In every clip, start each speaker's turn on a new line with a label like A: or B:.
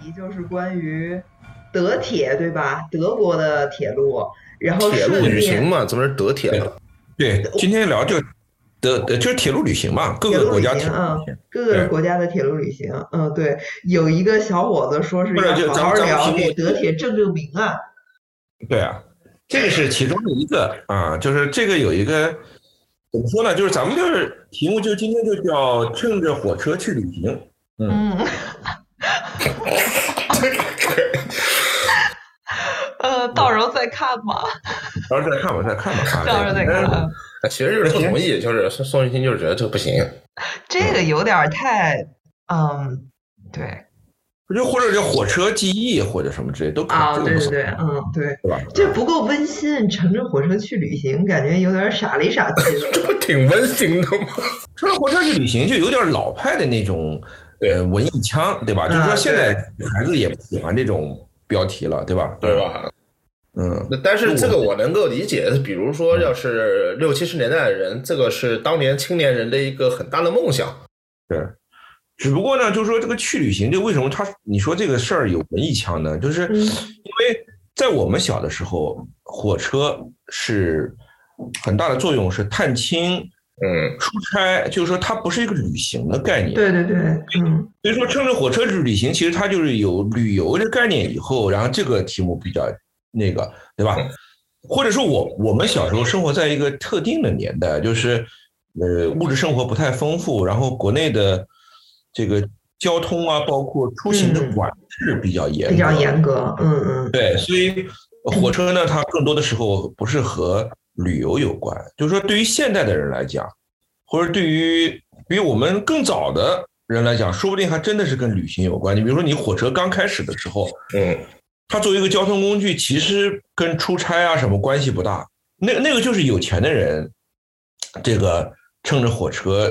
A: 题就是关于德铁，对吧？德国的铁路，然后
B: 铁路
A: 顺
B: 旅行
A: 便
B: 嘛，怎么是德铁了？
C: 对，今天聊这个的，呃就是铁路旅行嘛，各个国家
A: 呃铁路旅行
C: 铁
A: 啊
C: 路旅行，
A: 各个
C: 对
A: 国家的铁路旅行。嗯，对，有一个小伙子说是
C: 不是
A: 要
C: 就
A: 好
C: 咱们
A: 好
C: 咱们
A: 聊，
C: 屏幕
A: 给德铁正正名啊。
C: 对啊，这个是其中的一个啊，就是这个有一个怎么说呢？就是咱们就是题目，就今天就叫乘着火车去旅行。
A: 嗯， 呃，到时候再看吧，
C: 到时候再看吧，再看吧 啊。
A: 到时候再
C: 但是
A: 看。
B: 哎其实就是不同意，就是宋玉清就是觉得这不行。
A: 这个有点太，嗯，对
C: 就或者叫火车记忆或者什么之类都可以，
A: 啊，
C: 这个
A: 对
C: 无
A: 对
C: 所谓
A: 对，嗯，对，
C: 对吧？
A: 这不够温馨。乘着火车去旅行，感觉有点傻里傻 气的。
B: 这不挺温馨的吗？
C: 乘着火车去旅行就有点老派的那种
B: 对
C: 呃文艺腔，对吧？
A: 啊
C: 就是说现在孩子也不喜欢这种标题了，对吧？
B: 对？吧？
C: 嗯，
B: 那但是这个我能嗯够理解，比如说，要是六七十年代的人，这个是当年青年人的一个很大的梦想。
C: 只不过呢，就是说这个去旅行，这为什么他你说这个事儿有文艺腔呢？就是因
A: 嗯
C: 为在我们小的时候，火车是很大的作用是探亲、
B: 嗯，
C: 出差，就是说它不是一个旅行的概念。
A: 对对对，嗯，
C: 所以说，乘着火车去旅行，其实它就是有旅游这概念以后，然后这个题目比较那个，对吧？或者说我我们小时候生活在一个特定的年代，就是呃物质生活不太丰富，然后国内的这个交通啊，包括出行的
A: 嗯
C: 管制比较严，
A: 比较。严格，嗯嗯，
C: 对，所以火车呢，它更多的时候不是和旅游有关，就是说对于现代的人来讲，或者对于比我们更早的人来讲，说不定还真的是跟旅行有关。你比如说，你火车刚开始的时候，
B: 嗯，
C: 它作为一个交通工具，其实跟出差啊什么关系不大。那那个就是有钱的人，这个乘着火车，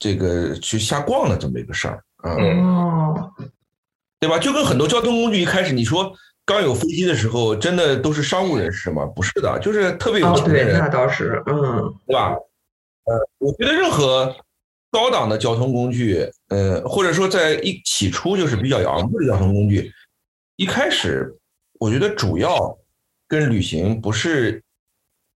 C: 这个去瞎逛的这么一个事儿啊。
B: 嗯
A: 哦，
C: 对吧？就跟很多交通工具一开始你说刚有飞机的时候，真的都是商务人士吗？不是的，就是特别有
A: 哦，
C: 钱的
A: 对，
C: 人，
A: 那倒是，嗯
C: 对吧？呃，我觉得任何高档的交通工具，呃，或者说在一起初就是比较昂贵的交通工具，一开始我觉得主要跟旅行不是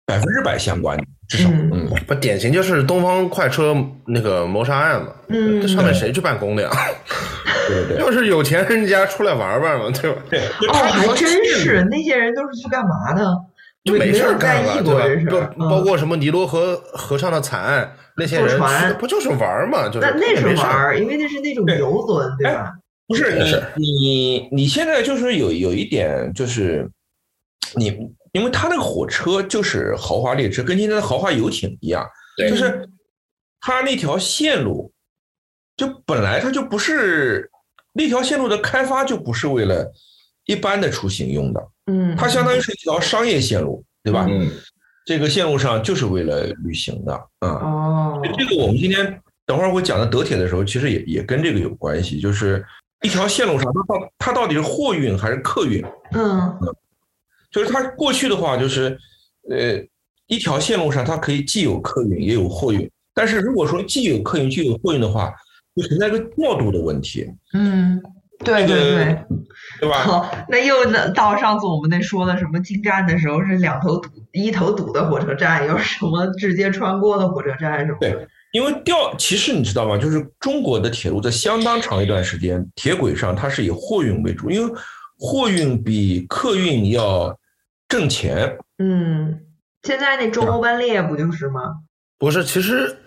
C: 百分之百相关的，至少
A: 嗯
C: 嗯
B: 不，典型就是东方快车那个谋杀案嘛。
A: 嗯
B: 这上面谁去办公的呀？
C: 对对对。
B: 要是有钱人家出来玩玩嘛，对吧？
C: 对，就
A: 哦，
C: 他
A: 还
C: 说
A: 真是，那些人都是去干嘛的？
B: 就
A: 没
B: 没事儿干
A: 没有在
B: 了，
A: 意过这
B: 对
A: 事
B: 吧
A: 儿？，
B: 包包
A: 嗯
B: 括什么尼罗河河上的惨案，那些
A: 坐
B: 人
A: 船
B: 去不就是玩嘛？就是
A: 那那是
B: 没事
A: 玩
B: 儿哎
A: 儿，因为那是那种
C: 对
A: 游轮，对吧？
C: 不是
B: 是
C: 你你你现在就是有有一点就是你，因为它那个火车就是豪华列车，跟今天的豪华游艇一样，
B: 对
C: 就是它那条线路，就本来它就不是那条线路的开发就不是为了一般的出行用的，
A: 嗯，
C: 它相当于是一条商业线路，对吧？
B: 嗯，
C: 这个线路上就是为了旅行的啊。
A: 哦，
C: 这个我们今天等会儿会讲到德铁的时候，其实也也跟这个有关系，就是一条线路上，它到它到底是货运还是客运？
A: 嗯
C: 就是它过去的话，就是呃，一条线路上它可以既有客运也有货运，但是如果说既有客运既有货运的话，就存在一个调度的问题，
A: 嗯，对对
C: 这个
A: 对，
C: 对吧？
A: 好，那又能到上次我们那说的什么进站的时候是两头堵，一头堵的火车站，有什么直接穿过的火车站什么的？
C: 因为调，其实你知道吗？就是中国的铁路在相当长一段时间，铁轨上它是以货运为主，因为货运比客运要挣钱。
A: 嗯，现在那中欧班列不就是吗？
B: 不是，其实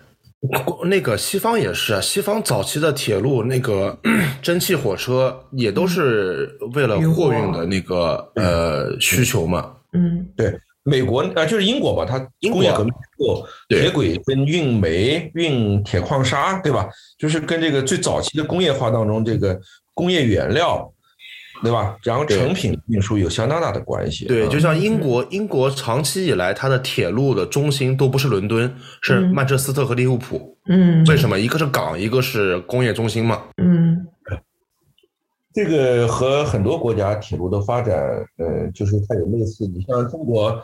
B: 国那个西方也是啊，西方早期的铁路那个 蒸汽火车也都是为了
A: 运货
B: 货运的那个呃需求嘛。
A: 嗯
C: 美国呃，就是英国吧，它
B: 英国
C: 工业革命之后，
B: 对
C: 铁轨跟运煤、运铁矿砂，对吧？就是跟这个最早期的工业化当中，这个工业原料，对吧？然后
B: 对
C: 成品运输有相当大的关系。
B: 对，
C: 嗯
B: 就像英国，英国长期以来它的铁路的中心都不是伦敦，是
A: 嗯
B: 曼彻斯特和利物浦。
A: 嗯
B: 为什么？一个是港，一个是工业中心嘛。
A: 嗯
C: 这个和很多国家铁路的发展，呃，就是它有类似。你像中国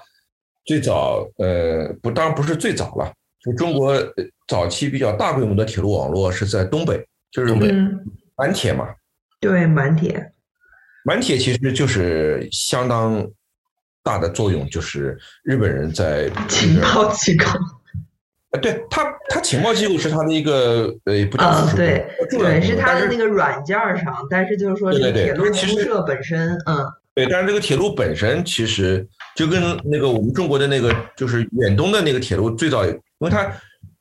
C: 最早，呃，不，当然不是最早了，就中国呃早期比较大规模的铁路网络是在东北，就是
B: 东北
A: 嗯，
C: 满铁嘛，
A: 对，满铁，
C: 满铁其实就是相当大的作用，就是日本人在
A: 情报机构。
C: 啊，对他，他情报机构是他的一个呃，不叫附属部门
A: 啊哦对
C: 重要
A: 对，
C: 的部
A: 是
C: 门
A: 它
C: 但
A: 的那个软件儿上，但是就是说这
C: 对
A: 个铁
C: 对对
A: 路
C: 其
A: 铺
C: 实
A: 设本身，嗯，
C: 对，但是这个铁路本身其实就跟那个我们中国的那个就是远东的那个铁路最早，因为它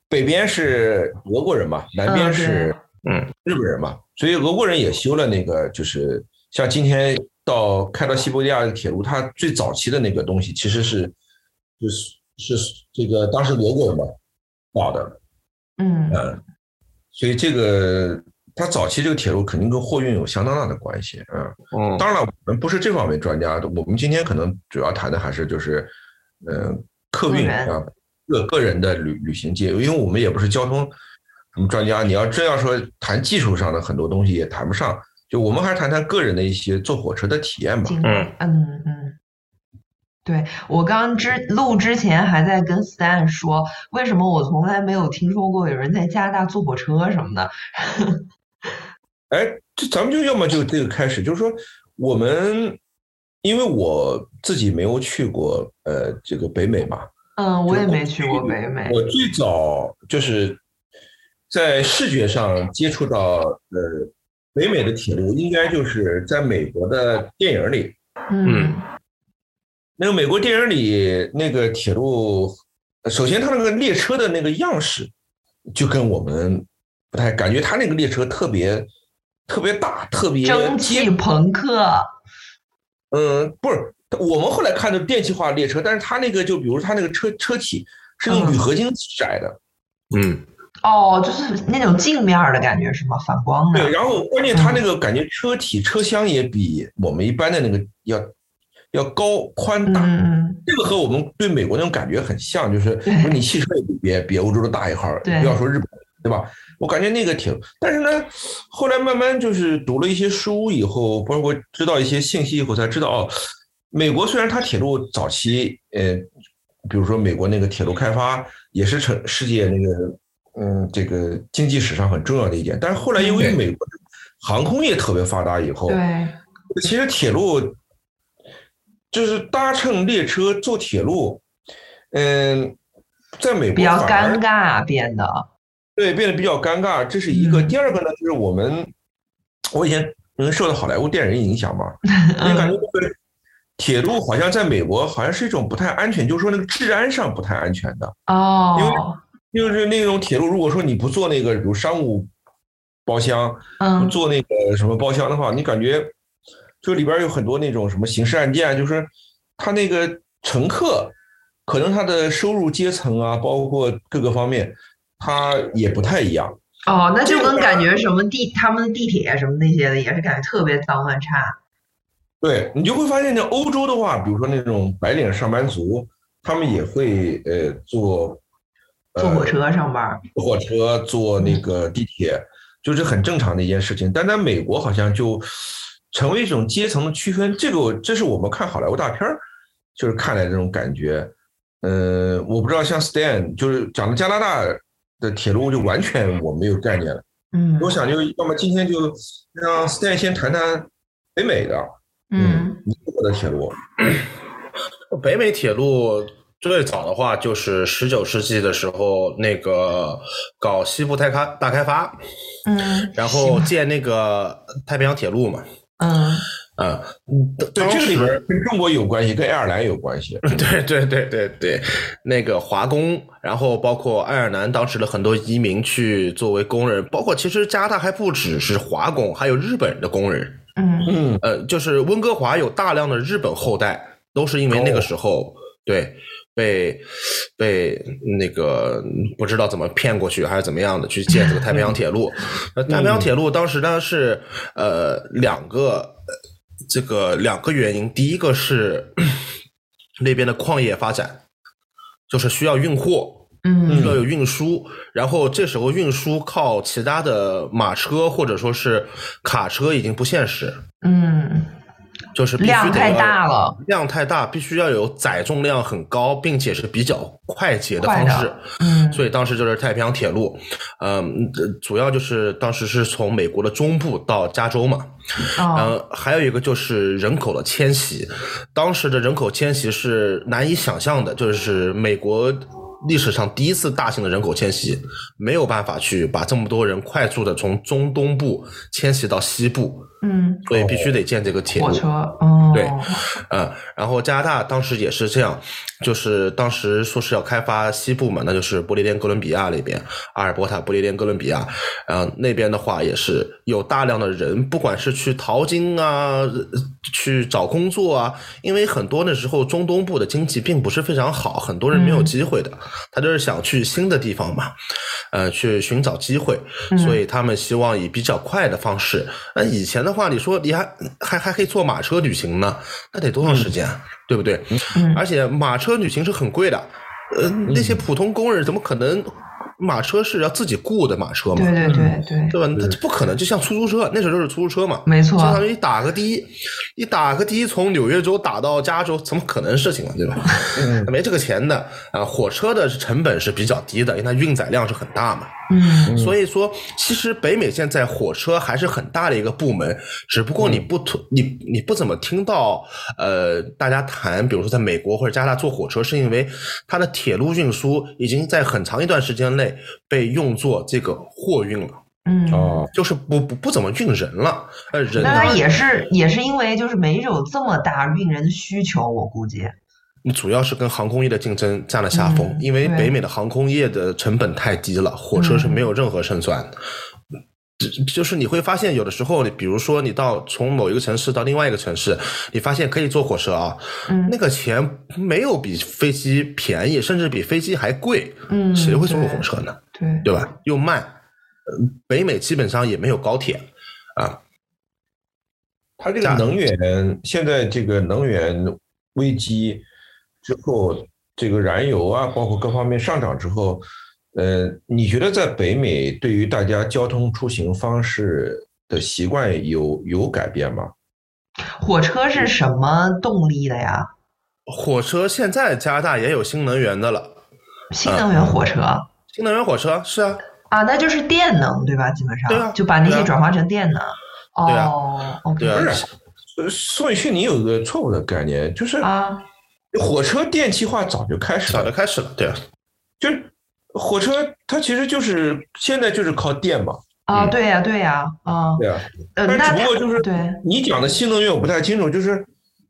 C: 北边是俄国人嘛，南边
A: 嗯
C: 是
B: 嗯
C: 日本人嘛，所以俄国人也修了那个就是像今天到开到西伯利亚的铁路，它最早期的那个东西其实是就是是这个当时俄国人嘛搞的，
A: 嗯
C: 所以这个它早期这个铁路肯定跟货运有相当大的关系，嗯。
A: 哦
B: 嗯，
C: 当然了，我们不是这方面专家，我们今天可能主要谈的还是就是，呃，客
A: 个
C: 运
A: 人
C: 啊，个个人的旅旅行界，因为我们也不是交通什么专家，你要真要说谈技术上的很多东西也谈不上，就我们还是谈谈个人的一些坐火车的体验吧。
A: 经历
B: 嗯
A: 嗯嗯，对我刚之录之前还在跟 Stan 说，为什么我从来没有听说过有人在加拿大坐火车什么的？
C: 哎，这咱们就要么就这个开始，就是说我们，因为我自己没有去过呃这个北美嘛，
A: 嗯，我也没去过
C: 就
A: 北美。
C: 我最早就是在视觉上接触到呃北美的铁路，应该就是在美国的电影里。
A: 嗯
C: 那个美国电影里那个铁路，呃首先它那个列车的那个样式就跟我们不太感觉，它那个列车特别特别大，特别
A: 蒸汽朋克，
C: 嗯，不是，我们后来看的电气化列车，但是它那个就比如它那个车车体是
A: 嗯
C: 用铝合金窄的。
B: 嗯
A: 哦，就是那种镜面儿的感觉是吗？反光的。嗯
C: 对，然后关键它那个感觉车体车厢也比我们一般的那个要要高宽
A: 嗯
C: 大，
A: 嗯
C: 这个和我们对美国那种感觉很像，就是
A: 对
C: 说你汽车也比别比欧洲的大一号，
A: 对
C: 不要说日本，对吧？我感觉那个挺，但是呢，后来慢慢就是读了一些书以后，包括知道一些信息以后，才知道哦，美国虽然它铁路早期，呃，比如说美国那个铁路开发也是成世界那个，嗯，这个经济史上很重要的一点，但是后来由于
B: 对
C: 美国航空业特别发达以后，
A: 嗯，对，
C: 其实铁路就是搭乘列车坐铁路，嗯，在美国
A: 比较
C: 反而
A: 尴尬啊变得。
C: 对变得比较尴尬，这是一个。
A: 嗯
C: 第二个呢，就是我们我以前嗯受到好莱坞电影影 响嘛，因为感
A: 嗯，
C: 觉这个铁路好像在美国好像是一种不太安全，就是说那个治安上不太安全的，因为
A: 哦，
C: 就是那种铁路，如果说你不坐那个比如商务包厢，
A: 嗯，
C: 做那个什么包厢的话，你感觉就里边有很多那种什么刑事案件，就是他那个乘客可能他的收入阶层啊，包括各个方面，他也不太一样。
A: 哦，那就
C: 这
A: 跟
C: 个
A: 感觉什么地他们的地铁什么那些的，也是感觉特别脏乱差。
C: 对你就会发现，那欧洲的话，比如说那种白领上班族，他们也会呃坐
A: 坐
C: 呃
A: 火车上班儿，
C: 火车、坐那个地铁，就是很正常的一件事情。但在美国好像就成为一种阶层的区分，这个我这是我们看好莱坞大片儿就是看来这种感觉。嗯，我不知道像 Stan 就是讲的加拿大的铁路就完全我没有概念了。
A: 嗯，
C: 我想就要么今天就让 Stan 先谈谈北美的，
A: 嗯，
C: 你中国的铁路，
B: 北美铁路最早的话就是十九世纪的时候，那个搞西部大开大开发，
A: 嗯，行
B: 然后建那个太平洋铁路嘛，
A: 嗯
B: 嗯，嗯
C: 对
B: 当
C: 这个里
B: 时
C: 边跟中国有关系，跟爱尔兰有关系。
B: 对对对对对，那个华工，然后包括爱尔兰当时的很多移民去作为工人，包括其实加拿大还不只是华工，还有日本的工人。
A: 嗯
C: 嗯，
B: 呃，就是温哥华有大量的日本后代，都是因为那个时候、对被被那个不知道怎么骗过去还是怎么样的去建这个太平洋铁路。那太平洋铁路当时呢是呃两个呃这个两个原因，第一个是 那边的矿业发展，就是需要运货。
A: 嗯
B: 需要有运输，然后这时候运输靠其他的马车或者说是卡车已经不现实，
A: 嗯，
B: 就是必须
A: 量
B: 得
A: 太
B: 要
A: 大了，
B: 量太大，必须要有载重量很高，并且是比较快捷的
A: 快
B: 方
A: 的
B: 式。
A: 嗯，
B: 所以当时就是太平洋铁路，嗯，呃主要就是当时是从美国的中部到加州嘛，
A: 啊，
B: 嗯，还有一个就是人口的迁徙，当时的人口迁徙是难以想象的，就是美国历史上第一次大型的人口迁徙，没有办法去把这么多人快速的从中东部迁徙到西部，
A: 嗯，
B: 所以必须得建这个铁路。
A: 火车，嗯，
B: 对嗯，然后加拿大当时也是这样，就是当时说是要开发西部嘛，那就是不列颠哥伦比亚那边，阿尔伯塔、不列颠哥伦比亚，然后那边的话也是有大量的人，不管是去淘金啊，呃去找工作啊，因为很多那时候中东部的经济并不是非常好，很多人没有
A: 嗯
B: 机会的，他就是想去新的地方嘛，呃，去寻找机会，
A: 嗯
B: 所以他们希望以比较快的方式。那以前的话，你说你还还还可以坐马车旅行呢，那得多长时间啊，对不对？
A: 嗯，
B: 而且马车旅行是很贵的，呃，那些普通工人怎么可能？马车是要自己雇的马车嘛，
A: 对对对对，
B: 对吧？他不可能，就像出租车，那时候就是出租车嘛，
A: 没错
B: 相当于你打个的，你打个的从纽约州打到加州，怎么可能事情啊，对吧？
C: 嗯
B: 没这个钱的啊。火车的成本是比较低的，因为它运载量是很大嘛。
A: 嗯
B: 所以说，其实北美现在火车还是很大的一个部门，只不过你不突、你你不怎么听到呃大家谈，比如说在美国或者加拿大坐火车，是因为它的铁路运输已经在很长一段时间内被用作这个货运了。
A: 嗯，
C: 哦，
B: 就是不不不怎么运人了，呃，人
A: 那
B: 当
A: 它
B: 然
A: 也是也是因为就是没有这么大运人的需求，我估计，
B: 主要是跟航空业的竞争占了下风，
A: 嗯
B: 因为
A: 对嗯
B: 北美的航空业的成本太低了，火车是没有任何胜算的。只就是你会发现，有的时候，你比如说你到从某一个城市到另外一个城市，你发现可以坐火车啊，
A: 嗯
B: 那个钱没有比飞机便宜，甚至比飞机还贵，
A: 嗯，
B: 谁会坐
A: 对
B: 火？车呢？
A: 对，
B: 对吧？又慢，呃北美基本上也没有高铁啊，
C: 它这个能源现在这个能源危机之后，这个燃油啊，包括各方面上涨之后，呃，你觉得在北美对于大家交通出行方式的习惯有有改变吗？
A: 火车是什么动力的呀？
B: 火车现在加拿大也有新能源的了，
A: 新能源火车
B: 新能源火车是啊，
A: 啊，那就是电能对吧？基本
B: 对啊
A: 上就把那
B: 对
A: 些
B: 啊
A: 转化成电能。
B: 对啊
A: 哦，OK，
B: 对啊
C: 不，是呃，宋宇迅，你有一个错误的概念，就是
A: 啊，
C: 火车电气化早就开始
B: 早
C: 了
B: 就，开始了，对啊，
C: 就是火车它其实就是现在就是靠电嘛，
A: 啊，
B: 嗯
A: 对呀，对呀，啊，
C: 对啊，
A: 呃，
C: 但
A: 那
C: 只不过
A: 它
C: 就是
A: 对，
C: 你讲的新能源我不太清楚，就是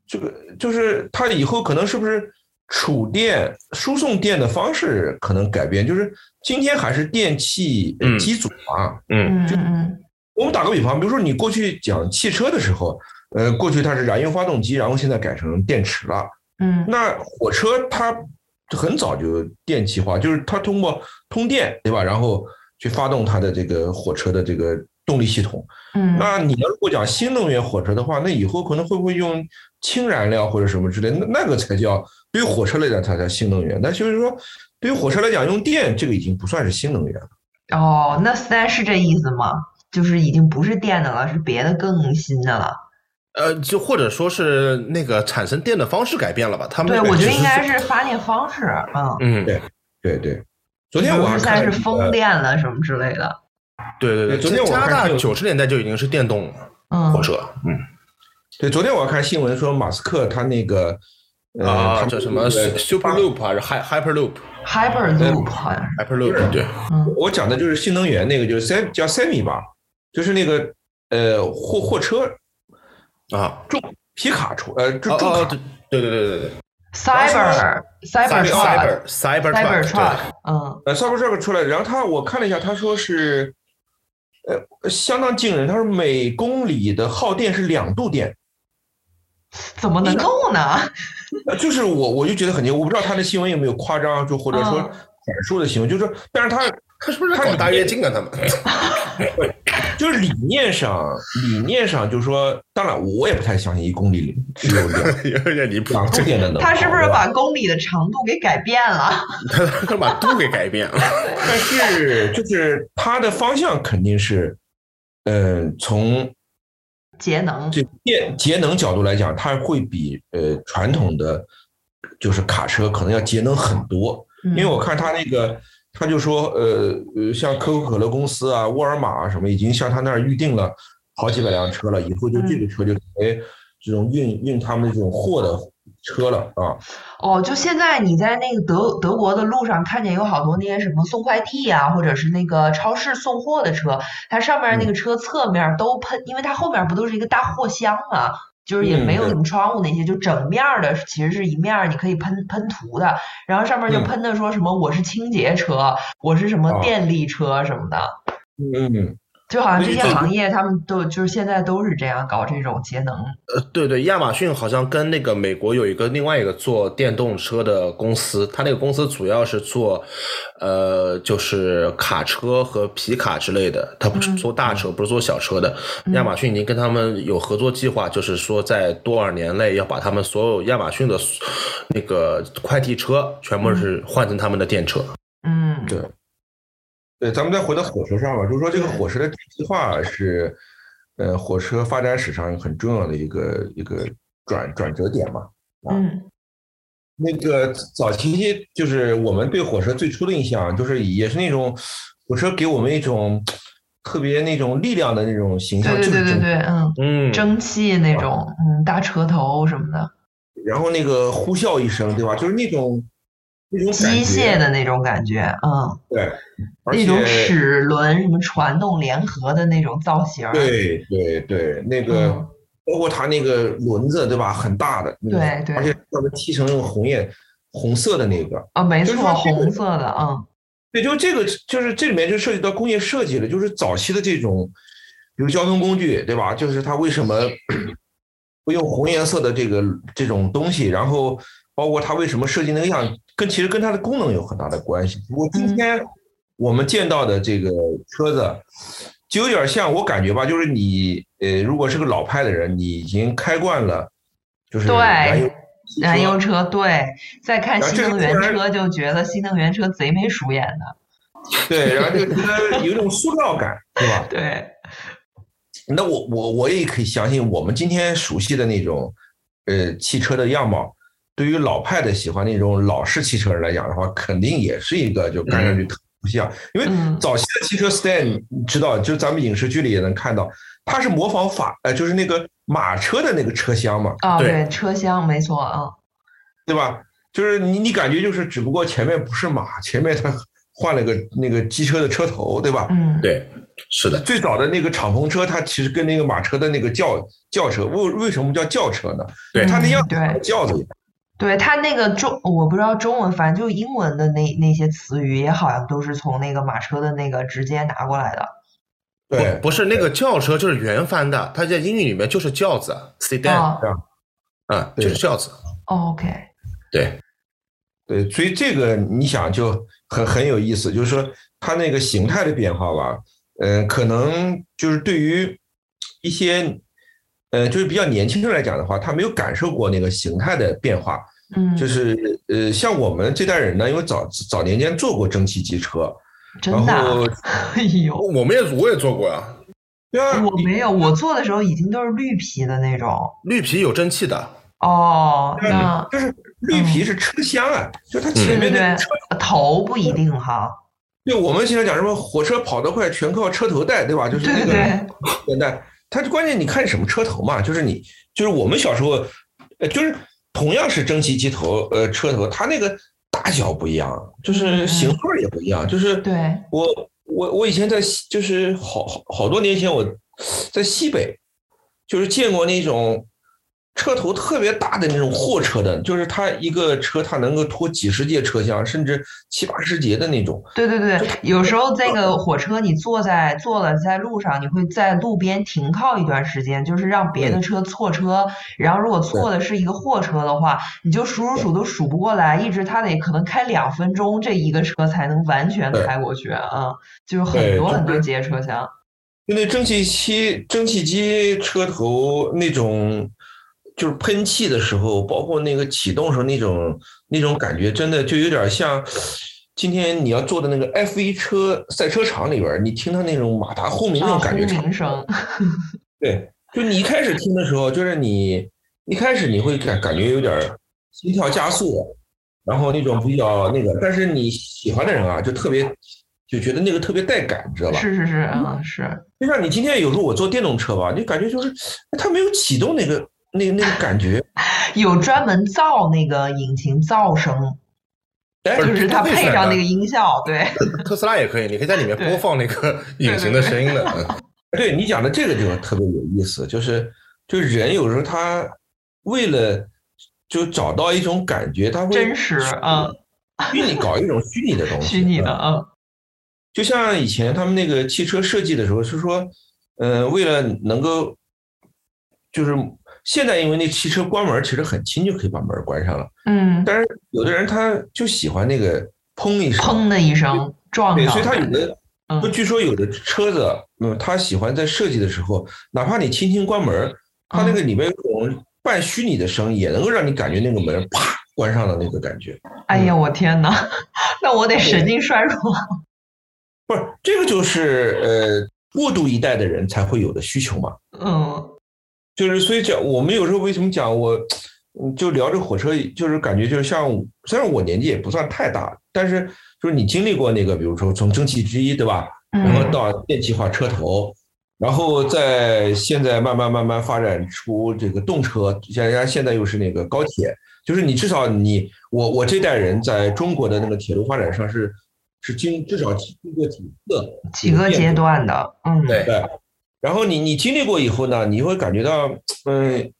C: 这个就是它以后可能是不是储电输送电的方式可能改变，就是今天还是电气呃
B: 嗯
C: 机组啊。
B: 嗯
A: 嗯嗯
C: 我们打个比方，比如说你过去讲汽车的时候，呃，过去它是燃油发动机，然后现在改成电池了。
A: 嗯
C: 那火车它很早就电气化，就是它通过通电，对吧？然后去发动它的这个火车的这个动力系统。
A: 嗯嗯，
C: 那你要如果讲新能源火车的话，那以后可能会不会用氢燃料或者什么之类的？那那个才叫对于火车来讲，才叫新能源。但就是说，对于火车来讲，用电这个已经不算是新能源了。
A: 哦，那三是这意思吗？就是已经不是电的了，是别的更新的了。
B: 呃，就或者说是那个产生电的方式改变了吧？他们
A: 对，
B: 那个
A: 我觉得
B: 只
A: 应该
B: 是，
A: 是发电方式，嗯，
B: 嗯，
C: 对对，昨天我还
A: 是
C: 看呃
A: 算
C: 了
A: 是
C: 一个
A: 风电了什么之类的，
B: 对对对，
C: 昨天我
B: 加拿
C: 看
B: 大
C: 这个
B: 九十年代就已经是电动
A: 嗯
B: 火，车，嗯
C: 对，昨天我看新闻说马斯克他那个，呃，
B: 啊，
C: 他
B: 这什么 Super Loop 还是 Hy- Hyper Loop，Hyper
A: Hyperloop 好像是，
B: Loop，对，
A: 嗯
C: 嗯我讲的就是新能源那个，就是 Sem 叫 Semi 吧，就是那个呃货货车
B: 啊，
C: 重皮卡车，呃重
B: 哦
C: 重
B: 哦
C: 卡，
B: 对对对对对对
A: ，Cyber Cyber Truck
B: ，Cyber Cyber
A: Cyber
B: Truck，
A: Truck，嗯
C: 呃 Cybertruck 出来，然后他我看了一下，他说是，呃相当惊人，他说每公里的耗电是两度电，
A: 怎么能够呢？
C: 呃，就是我我就觉得很牛，我不知道他的新闻有没有夸张，就或者说
A: 嗯
C: 阐述的新闻，就是说，但是他
B: 他是不是搞大跃进啊？他们，
C: 就是理念上，理念上就是说，当然我也不太相信一公里里只有两
B: 有点离谱，
C: 两度电的能耗。
A: 他是不是
C: 对吧？
A: 把公里的长度给改变了？
B: 他他把度给改变了，
C: 但呃是就是它的方向肯定是，嗯、从
A: 节能，
C: 对节节能角度来讲，它会比呃传统的就是卡车可能要节能很多，
A: 因
C: 因为我看他那个，他就说，呃呃，像可口可乐公司啊、沃尔玛啊什么，已经向他那儿预定了好几百辆车了，以后就这个车就成为这种运运他们这种货的车了啊。
A: 哦，就现在你在那个德德国的路上看见有好多那些什么送快递啊，或者是那个超市送货的车，它上面那
C: 嗯
A: 个车侧面都喷，因为它后面不都是一个大货箱嘛，就是也
C: 嗯
A: 没有
C: 对
A: 什么窗户那些，就整面儿的其实是一面儿你可以喷喷涂的，然后上面就
C: 嗯
A: 喷的说什么我是清洁车，我是什么
C: 啊
A: 电力车什么的，
C: 嗯，
A: 就好像这
C: 所以
A: 些
C: 这个
A: 行业他们都就是现在都是这样搞这种节能，
B: 呃，对对，亚马逊好像跟那个美国有一个另外一个做电动车的公司，它那个公司主要是做，呃，就是卡车和皮卡之类的，它不是
A: 嗯
B: 做大车，不是做小车的。亚马逊已经跟他们有合作计划，就是说在多少年内要把他们所有亚马逊的那个快递车全部是换成他们的电车。
A: 嗯，
C: 对对，咱们再回到火车上吧，就是说这个火车的电气化是，呃，火车发展史上很重要的一个一个转转折点嘛。啊
A: 嗯
C: 那个早期就是我们对火车最初的印象，啊就是也是那种火车给我们一种特别那种力量的那种形象，
A: 对对
C: 就
A: 对
C: 是
A: 对
C: 整
A: 对，嗯。
B: 嗯，
A: 蒸汽那种，嗯，大车头什么的，
C: 然后那个呼啸一声，对吧？就是那种那种感
A: 机械
C: 觉，
A: 的那种感觉，嗯，
C: 对，而
A: 那
C: 且
A: 种齿轮什么传动联合的那种造型儿，
C: 对对对，那个
A: 嗯
C: 包括它那个轮子，对吧？很大的，那个
A: 对对
C: 而且专门漆成那种红叶红色的那个，
A: 啊，没
C: 就是
A: 错，
C: 说这个
A: 红色的，嗯
C: 对，就这个，就是这里面就涉及到工业设计了，就是早期的这种，比如交通工具，对吧？就是它为什么会用红颜色的这个这种东西，然后包括它为什么设计那个样，跟其实跟它的功能有很大的关系。我今天我们见到的这个车子，就有点像我感觉吧，就是你呃，如果是个老派的人，你已经开惯了，就是
A: 对
C: 燃油汽
A: 燃
C: 车
A: 油车，对，再看
C: 然后
A: 新
C: 这个
A: 能源
C: 突然
A: 车就觉得新能源车贼眉鼠眼的，
C: 对，然后这个车有一种塑料感，对吧？
A: 对，
C: 那我我我也可以相信，我们今天熟悉的那种，呃，汽车的样貌，对于老派的喜欢那种老式汽车人来讲的话，肯定也是一个就看上去特别不像，因
A: 嗯
C: 为早期的汽车 stand 你知道，就是咱们影视剧里也能看到，它是模仿法，呃，就是那个马车的那个车厢嘛，
A: 哦，
B: 对
A: 对，车厢没错，嗯，
C: 对吧？就是你你感觉就是，只不过前面不是马，前面它换了个那个机车的车头，对吧？
A: 嗯，
B: 对，是的，
C: 最早的那个敞篷车，它其实跟那个马车的那个轿轿车，为为什么叫轿车呢？
B: 对
C: 它那样
A: 嗯
C: 子
A: 对
C: 像轿子一样。
A: 对它那个中，我不知道中文，反正就英文的那那些词语也好像都是从那个马车的那个直接拿过来的，
C: 对，
B: 不是那个轿车就是原翻的，它在英语里面就是轿子啊 sedan，
A: 哦
B: 嗯，
C: 对
B: 就是轿子，
A: 哦，OK。
B: 对。
C: 对，所以这个你想就很很有意思，就是说它那个形态的变化吧，嗯、可能就是对于一些，呃，就是比较年轻人来讲的话，他没有感受过那个形态的变化，
A: 嗯，
C: 就是呃，像我们这代人呢，因为早早年间坐过蒸汽机车，然
A: 真的啊，
C: 后
A: 哎呦，
B: 哦我们也我也做过呀，
C: 对啊，
A: 我没有，我做的时候已经都是绿皮的那种。
B: 绿皮有蒸汽的，
A: 哦，
C: 嗯
A: 那
C: 就是绿皮是车厢啊，就它前
A: 对对
C: 面
A: 对
C: 的车。，
A: 头不一定哈。
C: 对我们经常讲什么火车跑得快，全靠车头带，对吧？就是
A: 对
C: 那
A: 对
C: 个
A: 对，
C: 年代，它就关键你看什么车头嘛，就是你就是我们小时候，呃，就是同样是蒸汽机头，呃，车头，它那个大小不一样，就是型号也不一样，就是
A: 嗯对
C: 我我我以前在西就是好好好多年前我在西北，就是见过那种车头特别大的那种货车的，就是它一个车它能够拖几十节车厢，甚至七八十节的那种。
A: 对对对，有时候这个火车你坐在坐了在路上，你会在路边停靠一段时间，就是让别
C: 嗯
A: 的车错车，然后如果错的是一个货车的话，你就数数数都数不过来，一直它得可能开两分钟，这一个车才能完全
C: 对
A: 开过去啊，就是很
C: 对
A: 多
C: 就
A: 很多
C: 是
A: 节车厢。
C: 就那蒸汽机蒸汽机车头那种，就是喷气的时候，包括那个启动时候那种那种感觉，真的就有点像今天你要坐的那个 F1 车赛车场里边儿，你听到那种马达轰鸣那
A: 啊，
C: 种
A: 轰
C: 感觉差不多。
A: 鸣声，
C: 对，就你一开始听的时候，就是你一开始你会感感觉有点儿心跳加速，然后那种比较那个，但是你喜欢的人啊，就特别就觉得那个特别带感，知道吧？
A: 是是是，嗯是，
C: 就像你今天有时候我坐电动车吧，你感觉就是哎它没有启动那个那个那个感觉，
A: 有专门造那个引擎噪声，
C: 哎，
A: 就是它配上那个音效，对，
B: 特斯拉也可以，你可以在里面播放那个引擎的声音的。嗯
C: 对你讲的这个就特别有意思，就是就是人有时候他为了就找到一种感觉，他会
A: 真实啊，
C: 虚拟搞一种虚拟 的东西，嗯
A: 虚拟的啊，
C: 就像以前他们那个汽车设计的时候，是说，呃，为了能够，就是现在因为那汽车关门其实很轻就可以把门关上了，
A: 嗯，
C: 但是有的人他就喜欢那个砰一声，
A: 砰的一声撞
C: 对，
A: 上
C: 所以他有
A: 了，
C: 的
A: 嗯
C: 不，据说有的车子，嗯，他喜欢在设计的时候，哪怕你轻轻关门，它那个里面有种半虚拟的声音，也能够让你感觉那个门啪关上的那个感觉。
A: 哎呀，我天哪， 那我得神经衰弱，
C: 不是，这个就是呃过度一代的人才会有的需求嘛。
A: 嗯
C: 就是所以讲，我们有时候为什么讲我，嗯就聊这火车，就是感觉就是像，虽然我年纪也不算太大，但是就是你经历过那个，比如说从蒸汽机，对吧？然后
A: 嗯
C: 到电气化车头，然后在现在慢慢慢慢发展出这个动车，像人家现在又是那个高铁，就是你至少你我我这代人在中国的那个铁路发展上是是经至少经过几个
A: 几个阶段
C: 段。
A: 的，嗯，
B: 对
C: 对，然后你你经历过以后呢，你会感觉到，嗯，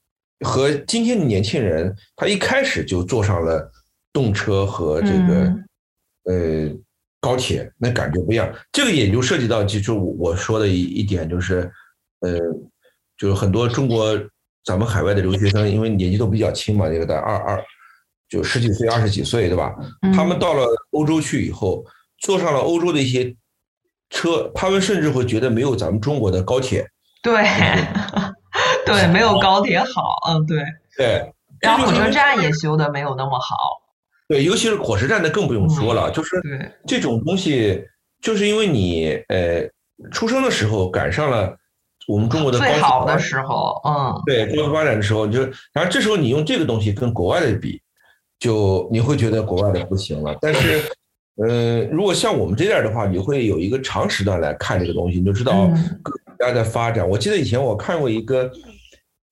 C: 和今天的年轻人，他一开始就坐上了动车和这
A: 嗯
C: 个、呃高铁，那感觉不一样。这个也就涉及到，就就我我说的一一点就是，呃，就是很多中国咱们海外的留学生，因为年纪都比较轻嘛，这个在二二就十几岁、二十几岁，对吧？
A: 嗯
C: 他们到了欧洲去以后，坐上了欧洲的一些车，他们甚至会觉得没有咱们中国的高铁。
A: 对对，没有高铁好，嗯对，
C: 对，
A: 然后
C: 这
A: 火
C: 就
A: 车
C: 是因为
A: 站也修的没有那么好，
C: 对，尤其是火车站的更不用说
A: 嗯
C: 了，就是
A: 对，
C: 这种东西，就是因为你呃出生的时候赶上了我们中国的高
A: 最
C: 铁
A: 好
C: 发
A: 的
C: 展
A: 时候，嗯
C: 对高速发展的时候，你就然后这时候你用这个东西跟国外的比，就你会觉得国外的不行了。但是，呃，如果像我们这代的话，你会有一个长时段来看这个东西，你就知道
A: 嗯
C: 各个国家在发展。我记得以前我看过一个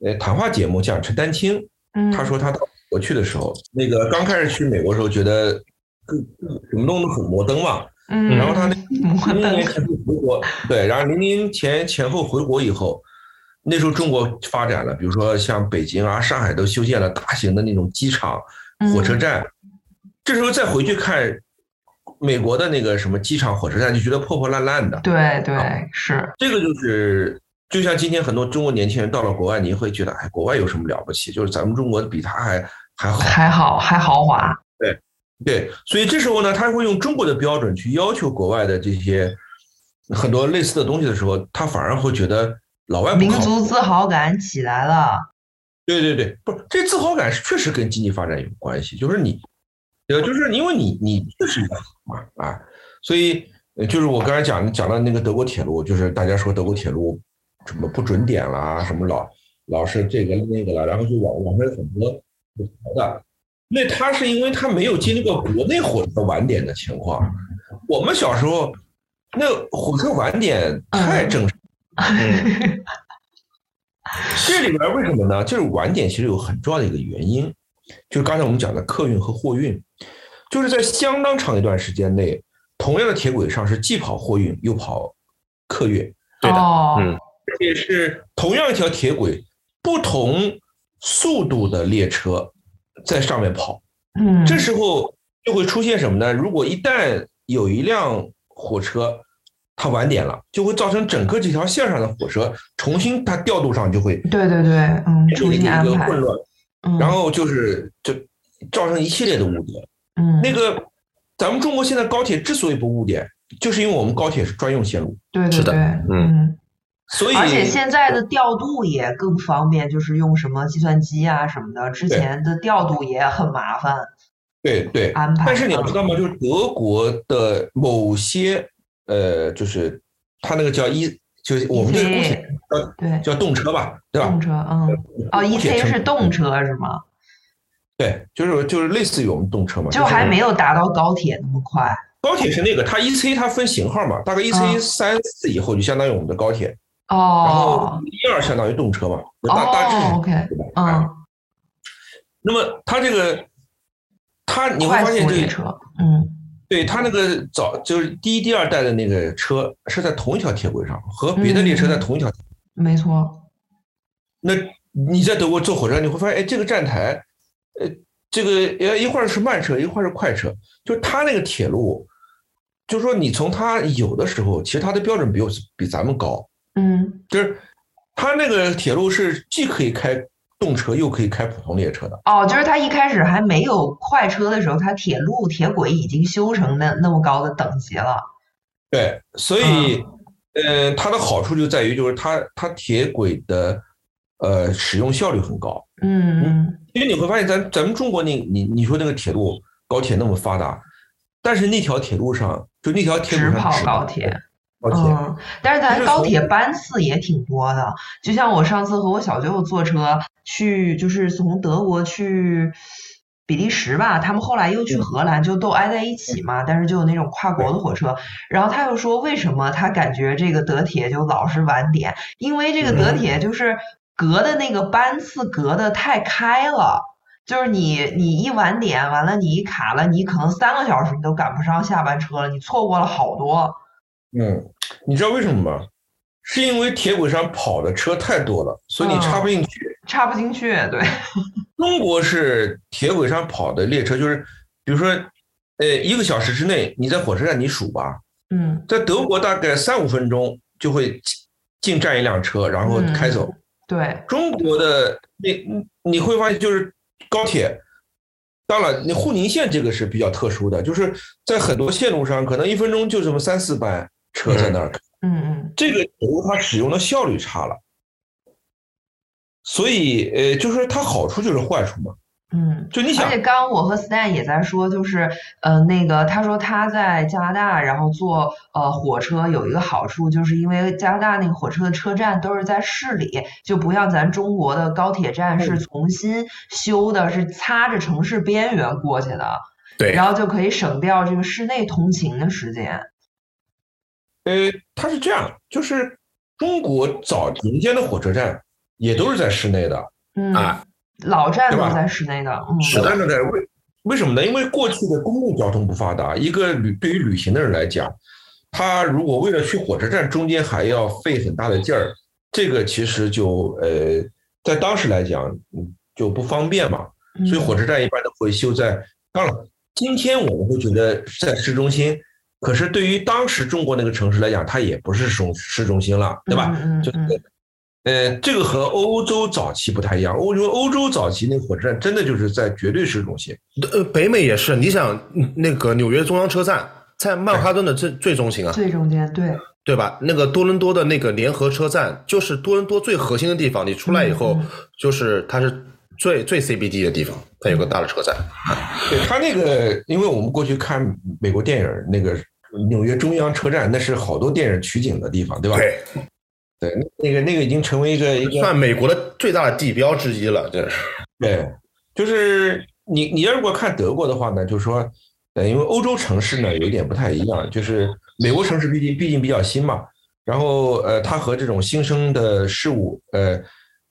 C: 呃谈话节目，讲陈丹青，
A: 嗯，
C: 他说他到美国去的时候，那个刚开始去美国的时候，觉得各各什么东西都很摩登嘛，
A: 嗯，
C: 然后他那
A: 嗯
C: 零零年前后回国，对，然后零零前前后回国以后，那时候中国发展了，比如说像北京啊、上海都修建了大型的那种机场、
A: 嗯
C: 火车站。这时候再回去看美国的那个什么机场、火车站，就觉得破破烂烂的。
A: 对对是，
C: 这个就是，就像今天很多中国年轻人到了国外，你会觉得，哎，国外有什么了不起？就是咱们中国比他还还好。
A: 还好还豪华，
C: 对，所以这时候呢，他会用中国的标准去要求国外的这些很多类似的东西的时候，他反而会觉得老外不
A: 民
C: 靠谱。
A: 族自豪感起来了，
C: 对对对，不是这自豪感是确实跟经济发展有关系，就是你，呃，就是因为你你确实嘛啊，所以呃就是我刚才讲讲到那个德国铁路，就是大家说德国铁路什么不准点啦，什么老老是这个那个啦，然后就网网上有很多吐槽的。那他是因为他没有经历过国内火车晚点的情况，我们小时候那火车晚点太正常了
B: 嗯，
C: 这里边为什么呢？就是晚点其实有很重要的一个原因，就是刚才我们讲的客运和货运，就是在相当长一段时间内，同样的铁轨上是既跑货运又跑客运，
B: 对的
A: 哦，
B: 嗯
C: 而且是同样一条铁轨，不同速度的列车在上面跑。
A: 嗯，
C: 这时候就会出现什么呢？如果一旦有一辆火车它晚点了，就会造成整个这条线上的火车重新它调度上就会。
A: 对对对，嗯，重
C: 一
A: 新安
C: 个
A: 排，
C: 混乱，
A: 嗯
C: 然后就是就造成一系列的污点。
A: 嗯，
C: 那个，咱们中国现在高铁之所以不污点，就是因为我们高铁是专用线路，
A: 对对
B: 是的
A: 对，嗯
B: 嗯，
C: 所以
A: 而且现在的调度也更方便，就是用什么计算机啊什么的，之
C: 对
A: 前的调度也很麻烦
C: 对对。
A: 安排，
C: 但是你要
A: 嗯
C: 知道吗？就是德国的某些呃，就是它那个叫一就是我们这个东
A: EC
C: 西
A: E 对，
C: 叫动车吧，对吧
A: 动？车，嗯，哦
C: 姑且
A: ，EC
C: 称
A: 是动车是吗？
C: 对，就是就是类似于我们动车嘛，
A: 就还
C: 是
A: 没有达到高铁那么快。
C: 高铁是那个，它 E C 它分型号嘛，大概 E
A: 啊
C: C 三四以后就相当于我们的高铁，然后
A: 哦，
C: 一二相当于动车嘛，大哎大致
A: 哦
C: 是
A: ，OK，
C: 这样
A: 嗯，
C: 那么它这个，它你会
A: 快
C: 发
A: 速
C: 现这
A: 列
C: 个，
A: 车，嗯，
C: 对它那个早就是第一、第二代的那个车是在同一条铁轨上，和别的
A: 嗯
C: 列车在同一条。
A: 没错，
C: 那你在德国坐火车，你会发现，哎，这个站台，呃，这个呃一会儿是慢车，一会儿是快车，就它那个铁路，就说你从它有的时候，其实它的标准比我比咱们高，
A: 嗯，
C: 就是它那个铁路是既可以开动车，又可以开普通列车的。
A: 哦，就是它一开始还没有快车的时候，它铁路铁轨已经修成那那么高的等级了。
C: 对，所以，
A: 嗯
C: 呃，它的好处就在于，就是它它铁轨的，呃，使用效率很高。
A: 嗯
C: 因为你会发现咱，咱们中国那，你你说那个铁路高铁那么发达，但是那条铁路上，就那条铁
A: 直
C: 路上
A: 跑
C: 只
A: 高铁，
C: 高铁，
A: 嗯，但是咱
C: 就是
A: 高
C: 从
A: 铁班次也挺多的，就像我上次和我小舅舅坐车去，就是从德国去比利时吧，他们后来又去
C: 嗯
A: 荷兰，就都挨在一起嘛，但是就有那种跨国的火车。然后他又说，为什么他感觉这个德铁就老是晚点？因为这个德
C: 嗯
A: 铁就是隔的那个班次隔的太开了。就是你，你一晚点，完了你一卡了，你可能三个小时你都赶不上下班车了，你错过了好多。
C: 嗯，你知道为什么吗？是因为铁轨上跑的车太多了，所以你
A: 嗯
C: 插不进去。
A: 插不进去，对，
C: 中国是铁轨上跑的列车，就是比如说，呃，一个小时之内，你在火车站你数吧，
A: 嗯，
C: 在德国大概三五分钟就会进进站一辆车，然后
A: 嗯
C: 开走。
A: 对，
C: 中国的你你会发现，就是高铁，当然，你沪宁线这个是比较特殊的，就是在很多线路上，可能一分钟就这么三四班车在那儿开。
A: 嗯
C: 这个铁路它使用的效率差了，所以呃，就是它好处就是坏处嘛。
A: 嗯嗯。
C: 就你
A: 而
C: 想
A: 且，刚刚我和 Stan 也在说，就是呃，那个他说他在加拿大，然后坐呃火车有一个好处，就是因为加拿大那个火车的车站都是在市里，就不像咱中国的高铁站
C: 嗯
A: 是重新修的，是擦着城市边缘过去的，
B: 对
A: 然后就可以省掉这个市内通勤的时
C: 啊
A: 间。
C: 呃，它是这样，就是中国早年间的火车站也都是在室内的，
A: 嗯，
B: 啊
A: 老站
C: 对
A: 都
C: 吧
A: 在室内的，嗯，
B: 是的
C: 我站在这儿为为什么呢？因为过去的公共交通不发达，一个旅对于旅行的人来讲，他如果为了去火车站，中间还要费很大的劲儿，这个其实就呃，在当时来讲，嗯，就不方便嘛。
A: 嗯
B: 嗯
C: 所以火车站一般都会修在。当然，今天我们会觉得是在市中心，可是对于当时中国那个城市来讲，它也不是市中市中心了，对吧？
A: 嗯嗯
C: 就是
A: 嗯
C: 呃，这个和欧洲早期不太一样。欧洲欧洲早期那个火车站真的就是在绝对市中心，
B: 呃，北美也是，你想嗯那个纽约中央车站在曼哈顿的最最中心啊，
A: 最中间对，
B: 对吧？那个多伦多的那个联合车站就是多伦多最核心的地方，你出来以后
A: 嗯嗯
B: 就是它是最最 CBD 的地方，它有个大的车站。
C: 对它那个，因为我们过去看美国电影，那个纽约中央车站，那是好多电影取景的地方，对吧？
B: 对，
C: 对，那个那个已经成为一个一
A: 嗯
C: 个
B: 算美国的最大的地标之一了，这是。
C: 对，就是你你要如果看德国的话呢，就是说，呃，因为欧洲城市呢有一点不太一样，就是美国城市毕竟毕竟比较新嘛，然后呃，它和这种新生的事物，呃，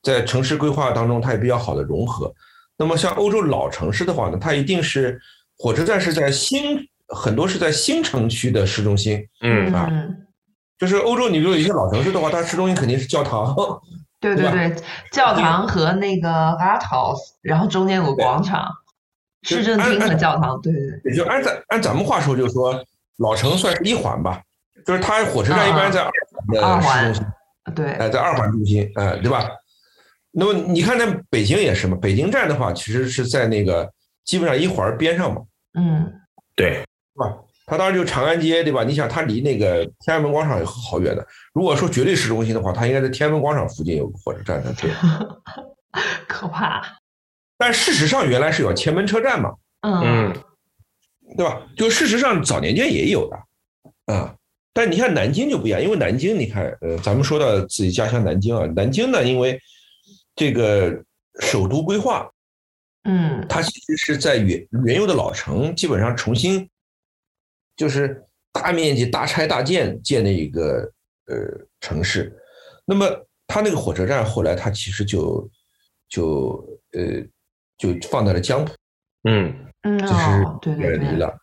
C: 在城市规划当中它也比较好的融合。那么像欧洲老城市的话呢，它一定是火车站是在新很多是在新城区的市中心，
B: 嗯，
C: 啊
A: 嗯。
C: 就是欧洲你比如有一些老城市的话，它市中心肯定是教堂，
A: 对
C: 对
A: 对
C: 吧
A: 对，教堂和那个 art house，然后中间有个广场，
C: 就
A: 市政
C: 按
A: 厅和
C: 按
A: 教堂，对对
C: 也就按咱按咱们话说，就是说老城算是一环吧，就是它火车站一般在二
A: 啊
C: 环的市中心，
A: 对对，
C: 哎，在二环中心，哎，对吧？那么你看，在北京也是嘛，北京站的话，其实是在那个基本上一环边上嘛，
A: 嗯
B: 对，
C: 是吧？它当然就长安街，对吧？你想，它离那个天安门广场有好远的。如果说绝对市中心的话，它应该在天安门广场附近有个火车站才对。
A: 可怕，
C: 但事实上，原来是有前门车站嘛，
A: 嗯
B: 嗯，
C: 对吧？就事实上，早年间也有的，啊、但你看南京就不一样，因为南京，你看，呃，咱们说到自己家乡南京啊，南京呢，因为这个首都规划，
A: 嗯
C: 它其实是在原原有的老城基本上重新，就是大面积大拆大建建的一个呃城市。那么它那个火车站后来它其实就就呃就放在了江浦，
B: 嗯，
A: 嗯
C: 就
A: 哦，
C: 是
A: 对对
C: 远离
A: 对，
C: 了。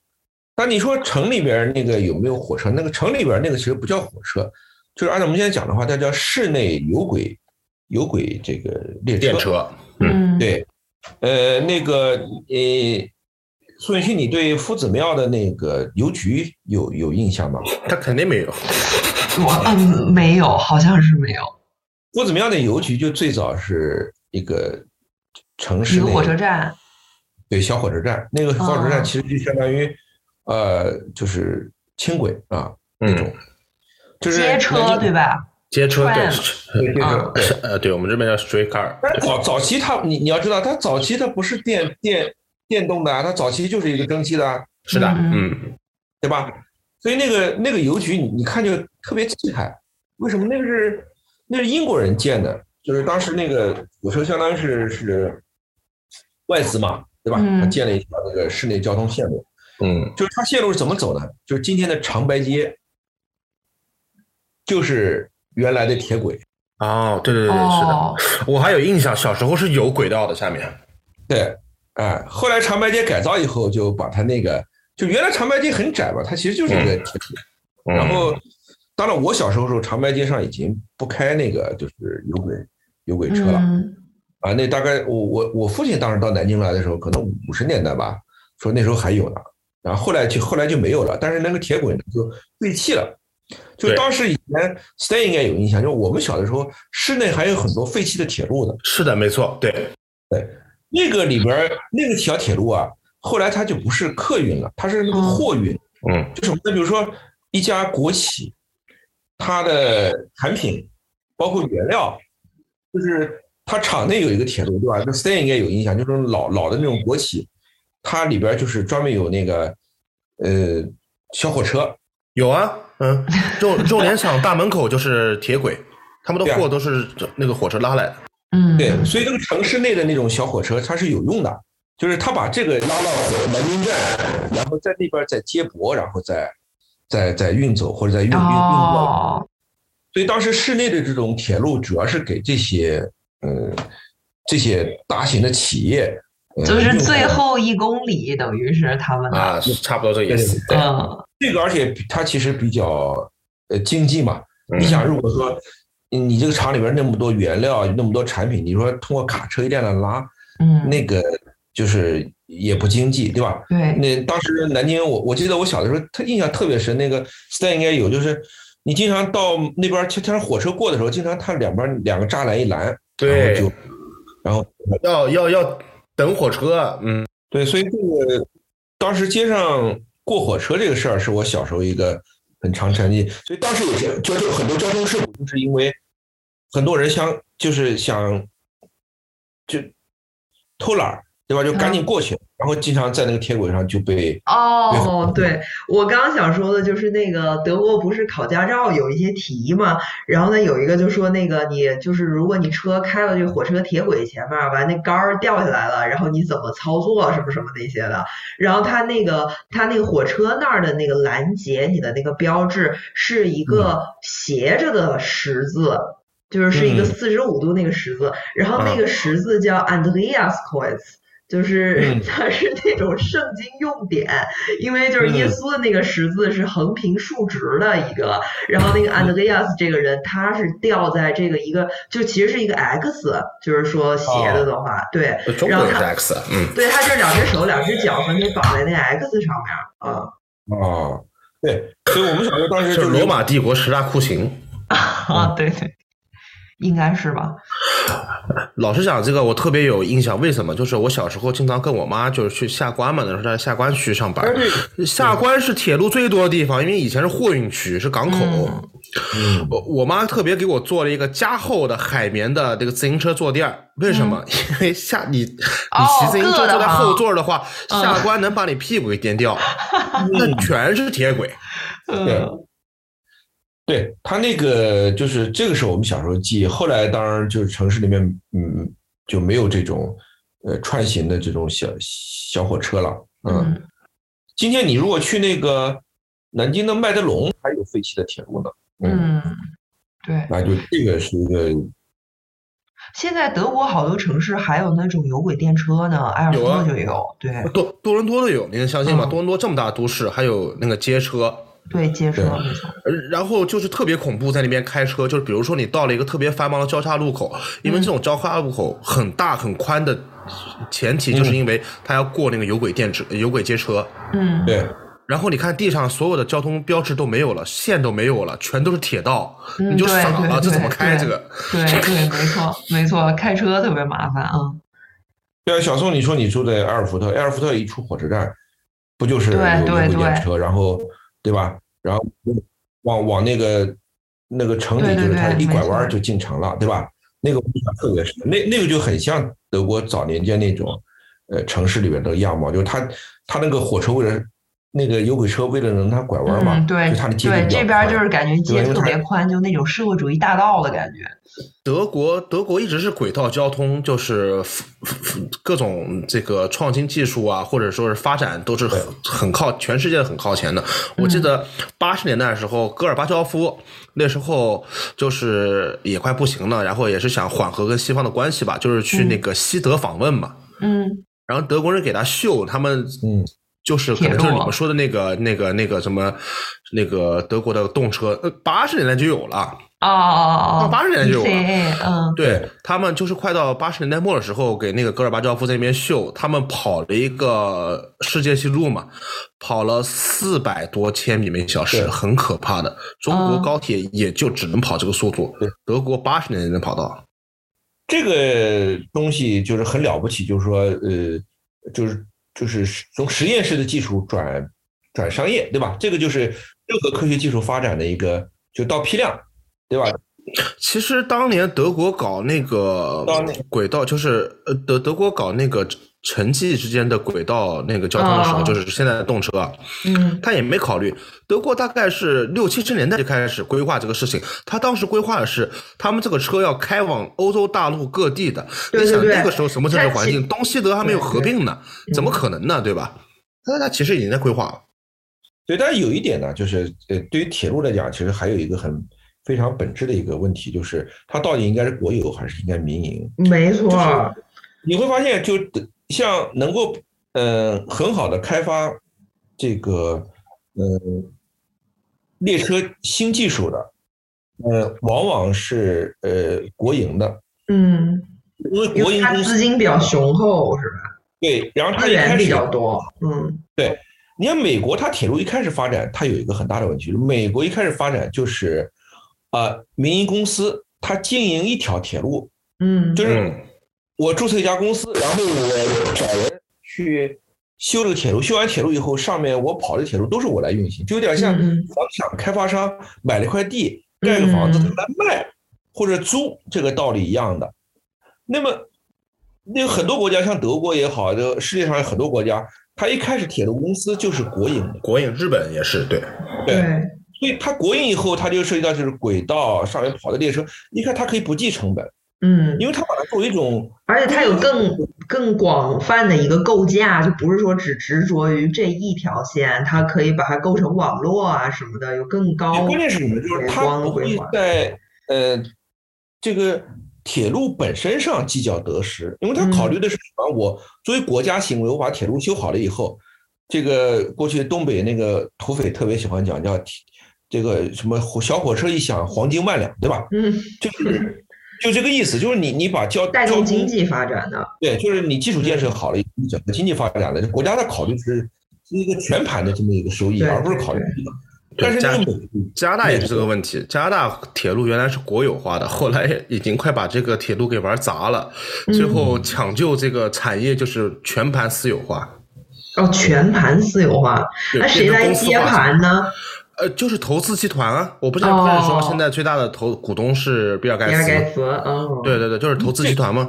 C: 那你说城里边那个有没有火车？那个城里边那个其实不叫火车，就是按照我们现在讲的话，它叫室内有轨有轨这个列车。
B: 电车，
A: 嗯，
C: 对，呃，那个呃，苏云旭，你对夫子庙的那个邮局有有印象吗？
B: 他肯定没有。
A: 我嗯没有，好像是没有。
C: 夫子庙的邮局就最早是一个城
A: 一
C: 市
A: 个
C: 内
A: 火车站，
C: 对小火车站，那个火车
A: 哦
C: 站其实就相当于、呃，就是轻轨啊，
B: 嗯，
C: 就是
A: 街车对
C: 吧？
A: 吧？
B: 街车对
A: Tram
C: 对对
A: 啊
C: 对。
B: 呃，对我们这边叫 street car，
C: 但是嗯早早期它，你你要知道，它早期它不是电电电动的啊，它早期就是一个蒸汽的啊，
B: 是的，
A: 嗯
B: 嗯，
C: 对吧？所以那个那个邮局你，你看就特别气派，为什么？那个是那是英国人建的，就是当时那个火车相当于是是外资嘛，对吧？
A: 嗯
C: 他建了一条那个室内交通线路，
B: 嗯，
C: 就是它线路是怎么走的？就是今天的长白街，就是原来的铁轨，
B: 哦，对对对，是的，
A: 哦，
B: 我还有印象，小时候是有轨道的，下面，
C: 对，哎，后来长白街改造以后，就把它那个就原来长白街很窄嘛，它其实就是一个铁轨。
B: 嗯
C: 然后，当然我小时候时候，长白街上已经不开那个就是有轨有轨车了、
A: 嗯
C: 啊。那大概我我我父亲当时到南京来的时候，可能五十年代吧，说那时候还有呢。然后后来就后来就没有了，但是那个铁轨呢就废弃了。就
B: 对
C: 当时以前，Stan 应该有印象，就我们小的时候，室内还有很多废弃的铁路的。
B: 是的，没错，对，
C: 那个里边儿那个条铁路啊，后来它就不是客运了，它是那个货运。
B: 嗯
C: 就什么呢？比如说一家国企，它的产品包括原料，就是它厂内有一个铁路，对吧？那 Stan 应该有印象，就是老老的那种国企，它里边就是专门有那个呃小火车，
B: 有啊，嗯，肉肉联厂大门口就是铁轨，他们的货都是那个火车拉来的，
A: 嗯，
C: 对，所以这个城市内的那种小火车它是有用的，就是他把这个拉到南京站，然后在那边再接驳，然后再再再运走或者再运运运过来。
A: 哦，
C: 所以当时市内的这种铁路主要是给这些呃这些大型的企业，呃
A: 就是
C: 用户
A: 最后一公里，等于是他们的，
B: 啊，是差不多这个意思，对，
A: 嗯
C: 这个，而且它其实比较呃经济嘛。
B: 嗯
C: 你想，如果说你这个厂里边那么多原料，那么多产品，你说通过卡车一辆辆拉，
A: 嗯，
C: 那个就是也不经济，对吧？
A: 对，
C: 那当时南京，我我记得我小的时候，他印象特别深。那个 Stan 应该有，就是你经常到那边，其实火车过的时候，经常它两边两个栅栏一拦，然后
B: 对
C: 就，然后
B: 要要要等火车，嗯，
C: 对，所以这个当时街上过火车这个事儿，是我小时候一个很长成绩。所以当时有些就是很多交通事故，就是因为很多人想就是想就偷懒儿，对吧？就赶紧过去，然后经常在那个铁轨上就被
A: 哦，对，我刚刚想说的就是那个德国不是考驾照有一些题嘛，然后呢有一个就说那个你就是如果你车开到这个火车铁轨前面，完那杆儿掉下来了，然后你怎么操作什么什么那些的，然后他那个他那个火车那儿的那个拦截你的那个标志是一个斜着的十字。就是是一个
C: 嗯
A: 四十五度那个十字，然后那
B: 嗯
A: 个十字叫 Andreas Kreuz，就是
C: 嗯
A: 它是那种圣经用典，因为就是耶
C: 嗯
A: 稣的那个十字是横平竖直的一个，然后那
B: 嗯
A: 个 Andreas 这个人他是吊在这个一个就其实是一个 X，就是说
B: 哦
A: 斜的的话，对
B: 中国也是 X，嗯，
A: 对，他就是两只手两只脚分别绑在那个 X 上面啊。
C: 啊，对，所以我们小时候当时
B: 是
C: 就是
B: 罗马帝国十大酷刑。
A: 啊，对对， 应该是吧？
B: 老实讲，这个我特别有印象。为什么？就是我小时候经常跟我妈就是去下关嘛，那时候在下关区上班
C: 但。是
B: 下关是铁路最多的地方，因为以前是货运区，是港口。
A: 嗯
C: 嗯
B: 我我妈特别给我做了一个加厚的海绵的这个自行车坐垫儿，为什么？ 因为下 你你骑自行
A: 哦
B: 车坐在后座的话，
A: 硌得慌
B: 下关能把你屁股给颠掉，那全是铁轨。
C: 对
A: 嗯
C: 对他那个就是这个是我们小时候记忆，后来当然就是城市里面，嗯，就没有这种呃穿行的这种小小火车了。嗯，
A: 嗯
C: 今天你如果去那个南京的麦德龙，还有废弃的铁路呢。嗯，
A: 嗯，对。
C: 那就这个是一个
A: 现在德国好多城市还有那种有轨电车呢，埃尔福
B: 有啊
A: 特就有， 对
B: 多多伦多都有，你能相信吗？
A: 嗯
B: 多伦多这么大的都市，还有那个街车，
A: 对，接车
C: 对
A: 没错，
B: 呃然后就是特别恐怖，在那边开车，就是比如说你到了一个特别繁忙的交叉路口，因为
A: 嗯
B: 这种交叉路口很大很宽的前提，就是因为它要过那个有轨电车、有轨街车。
A: 嗯，
C: 对
B: 然后你看地上所有的交通标志都没有了，线都没有了，全都是铁道，
A: 嗯
B: 你就
A: 对
B: 傻
A: 对
B: 了，这
A: 对
B: 怎么开
A: 对
B: 这个？
A: 对对，没错没错，开车特别麻烦啊，嗯
C: 对啊，小宋，你说你住在埃尔福特，埃尔福特一出火车站，不就是有
A: 对
C: 有
A: 对
C: 轨电
A: 对
C: 车，然后对吧？然后往往那个那个城
A: 对
C: 里，就
A: 对
C: 是它
A: 对
C: 一
A: 没
C: 拐
A: 错
C: 弯就进城了，对吧？那个我印象特别深，那那个就很像德国早年间那种呃城市里边的样貌，就是它它那个火车为了那个有轨车为了能让它拐弯嘛，
A: 嗯，对
C: 就它的街
A: 对，
C: 道比较
A: 这边儿
C: 宽
A: 就是感觉街
C: 因
A: 特
C: 为它
A: 别宽，就那种社会主义大道的感觉，
B: 德国德国一直是轨道交通，就是各种这个创新技术啊，或者说是发展都是很很靠全世界很靠前的。我记
A: 嗯
B: 得八十年代的时候，戈尔巴乔夫那时候就是也快不行了，然后也是想缓和跟西方的关系吧，就是去那个西德访问嘛。
A: 嗯，
B: 然后德国人给他秀他们，
C: 嗯，
B: 就是可
A: 铁
B: 能
A: 路啊
B: 就是你们说的那个那个那个什么那个德国的动车，呃八十年代就有了。
A: 哦哦哦哦，
B: 80年
C: 啊
B: 就有了
A: ECA，嗯，
B: 对他们就是快到八十年代末的时候，给那个戈尔巴乔夫在那边秀，他们跑了一个世界纪录嘛，跑了四百多千米每小时，
C: 对
B: 很可怕的。中国
A: 嗯
B: 高铁也就只能跑这个速度，
C: 对
B: 德国八十年才能跑到。
C: 这个东西就是很了不起，就是说，呃，就是就是从实验室的技术转转商业，对吧？这个就是任何科学技术发展的一个，就到批量，对吧？
B: 其实当年德国搞那个
C: 当年
B: 轨道，就是呃德德国搞那个城际之间的轨道那个交通的时候，
A: 哦
B: 就是现在的动车啊，
A: 嗯
B: 他也没考虑，德国大概是六七十年代就开始规划这个事情。他当时规划的是，他们这个车要开往欧洲大陆各地的。
A: 对对
B: 你
A: 对
B: 想那个时候什么政治环境？东西德还没有合并呢，
A: 对嗯
B: 怎么可能呢？对吧？那他其实已经在规划了。
C: 对，但是有一点呢，就是呃，对于铁路来讲，其实还有一个很非常本质的一个问题，就是它到底应该是国有还是应该民营？
A: 没错
C: 儿你会发现，就像能够呃很好的开发这个呃列车新技术的，呃，往往是呃国营的，
A: 嗯，
C: 因为国营公司
A: 金比较雄厚，是吧？
C: 对，然后它一开始，
A: 多，嗯
C: 你看美国，它铁路一开始发展，它有一个很大的问题，美国一开始发展就是呃民营公司它经营一条铁路，
A: 嗯，
C: 就是
B: 嗯，
C: 我注册一家公司，然后我找人去修这个铁路，修完铁路以后，上面我跑的铁路都是我来运行，就有点像
A: 嗯嗯
C: 房产开发商买了一块地，盖个房子
A: 嗯
C: 他来卖或者租，这个道理一样的。那么，那很多国家，像德国也好，这个世界上有很多国家，它一开始铁路公司就是国营的，
B: 国营日本也是对，
C: 对，所以它国营以后，它就涉及到就是轨道上面跑的列车，你看它可以不计成本，
A: 嗯，
C: 因为它把它作为一种
A: 而且它
C: 嗯
A: 有更更广泛的一个构架，就不是说只执着于这一条线，它可以把它构成网络啊什么的，有更高
C: 关键是什么？就是
A: 眼
C: 它
A: 光的
C: 不
A: 规
C: 会
A: 划。
C: 在呃这个铁路本身上计较得失，因为它
A: 嗯
C: 考虑的是什么？我作为国家行为，我把铁路修好了以后，这个过去东北那个土匪特别喜欢讲叫铁这个什么火小火车一响，黄金万两，对吧？
A: 嗯，
C: 就是 就这个意思，就是你你把交
A: 带动
C: 交通
A: 经济嗯发展的，
C: 对，就是你基础建设好了，你整个经济发展了，国家在考虑是是一个全盘的这么一个收益，
A: 对
C: 而不是
A: 对
C: 考虑
A: 对
C: 一个。
B: 对
C: 但是那
B: 加
C: 个美国
B: 加拿大也是这个问题。加拿大铁路原来是国有化的，后来已经快把这个铁路给玩砸了，
A: 嗯
B: 最后抢救这个产业就是全盘私有化。
A: 哦，全盘私有化，
B: 对
A: 那谁
B: 变成
A: 来
B: 公司
A: 接
B: 化
A: 盘呢？
B: 呃，就是投资集团啊，我不是不是说
A: 哦
B: 现在最大的投股东是比尔盖
A: 比
B: 茨
A: 尔盖
B: 吗？
A: 茨，哦，
B: 对对对，就是投资集团嘛。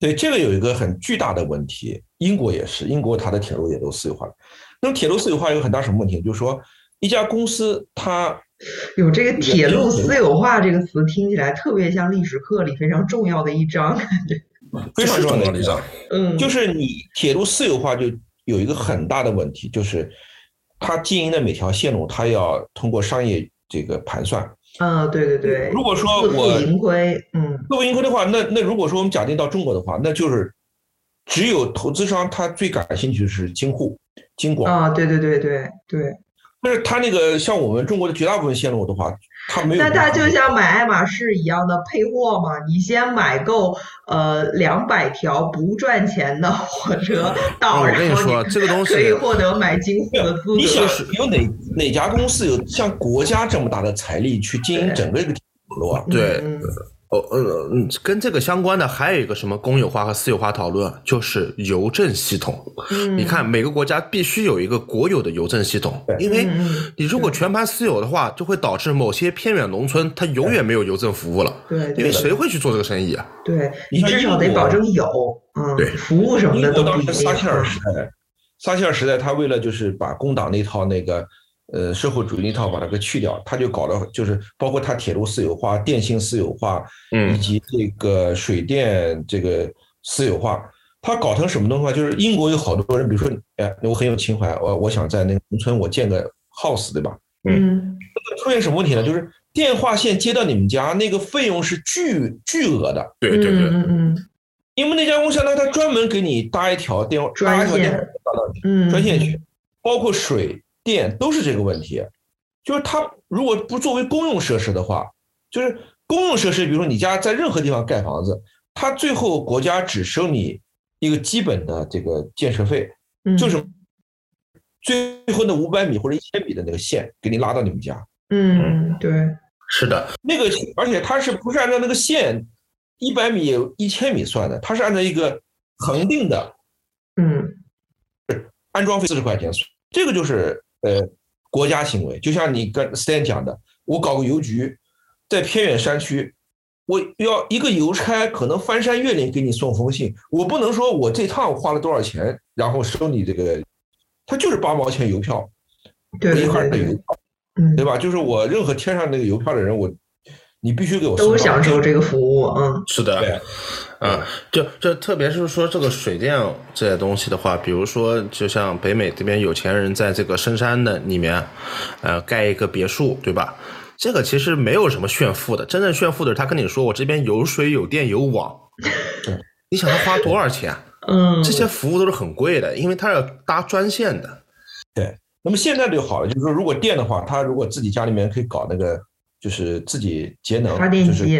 C: 对，这个有一个很巨大的问题，英国也是，英国它的铁路也都私有化了。那么铁路私有化有很大什么问题？就是说，一家公司它
A: 有这个“铁路私有化”这个词听起来特别像历史课里非常重要的一章， 感觉。
C: 非常重要的
B: 的
C: 一
B: 一
C: 张
B: 张，
A: 嗯，
C: 就是你铁路私有化就有一个很大的问题，就是它经营的每条线路，它要通过商业这个盘算。
A: 啊，对对对，
C: 如果说
A: 自负
C: 我
A: 盈亏，嗯
C: 各位盈亏的话，那那如果说我们假定到中国的话，那就是只有投资商他最感兴趣的是京沪、京广，
A: 啊，对对对对对，
C: 但是他那个像我们中国的绝大部分线路的话，他没有。
A: 那它就像买爱马仕一样的配货嘛，你先买够呃两百条不赚钱的火
C: 哦
A: 车
B: 啊，
A: 道，
B: 我跟
A: 然
B: 你
A: 后
B: 说，
A: 你
B: 这个东西
A: 哦可以获得买京沪的资
C: 你想
A: 格。
C: 有哪哪家公司有像国家这么大的财力去经营整个一个铁路啊？
B: 对
A: 嗯
B: 哦，呃，嗯跟这个相关的还有一个什么公有化和私有化讨论，就是邮政系统。
A: 嗯，
B: 你看，每个国家必须有一个国有的邮政系统
C: 对，
B: 因为
A: 嗯嗯
B: 你如果全盘私有的话，就会导致某些偏远农村它永远没有邮政服务了，
A: 对
B: 因为
A: 对
B: 谁会去做这个生意啊？
A: 对，
C: 你
A: 你
C: 像
A: 至
C: 英
A: 少得
C: 国
A: 保证有，嗯，
B: 对
A: 服务什么
C: 英
A: 的
C: 国
A: 都不
C: 当
A: 一啊定。
C: 时撒切尔时代，撒切尔时代，他为了就是把工党那套那个呃社会主义那套把它给去掉，他就搞了就是包括他铁路私有化、电信私有化，以
B: 嗯，
C: 及这个水电这个私有化，它搞成什么东西？就是英国有好多人，比如说，哎，我很有情怀，我我想在那个农村我建个 house，对吧？
A: 嗯，
C: 那出现什么问题呢？就是电话线接到你们家，那个费用是巨巨额的，
B: 对
A: 嗯
B: 对对，
A: 嗯嗯
C: 因为那家公司呢，它专门给你搭一条电话搭一条电话线到你
A: 嗯，
C: 专线
A: 嗯
C: 去，包括水电都是这个问题。就是它如果不作为公用设施的话，就是公用设施，比如说你家在任何地方盖房子，它最后国家只收你一个基本的这个建设费，
A: 嗯
C: 就是最后那五百米或者一千米的那个线给你拉到你们家。
A: 嗯，对，
B: 是的，
C: 那个，而且它是不是按照那个线一百米、一千米算的？它是按照一个恒定的
A: 嗯
C: 安装费四十块钱，这个就是呃国家行为。就像你跟 Stan 讲的，我搞个邮局，在偏远山区，我要一个邮差可能翻山越岭给你送封信，我不能说我这趟花了多少钱，然后收你这个，他就是八毛钱邮票，
A: 对
C: 一
A: 对
C: 块
A: 对
C: 的邮
A: 对，
C: 票，
A: 嗯
C: 对，吧？就是我任何贴上那个邮票的人，我你必须给我
A: 都
C: 送到
A: 享受这个服务，嗯
B: 是的，
C: 对
B: 啊，就就特别是说这个水电这些东西的话，比如说，就像北美这边有钱人在这个深山的里面，呃，盖一个别墅，对吧？这个其实没有什么炫富的，真正炫富的是他跟你说我这边有水有电有网，你想他花多少钱？
A: 嗯，
B: 这些服务都是很贵的，因为他要搭专线的。
C: 那么现在就好了，就是说如果电的话，他如果自己家里面可以搞那个，就是自己节能
A: 发电
C: 就是
A: 机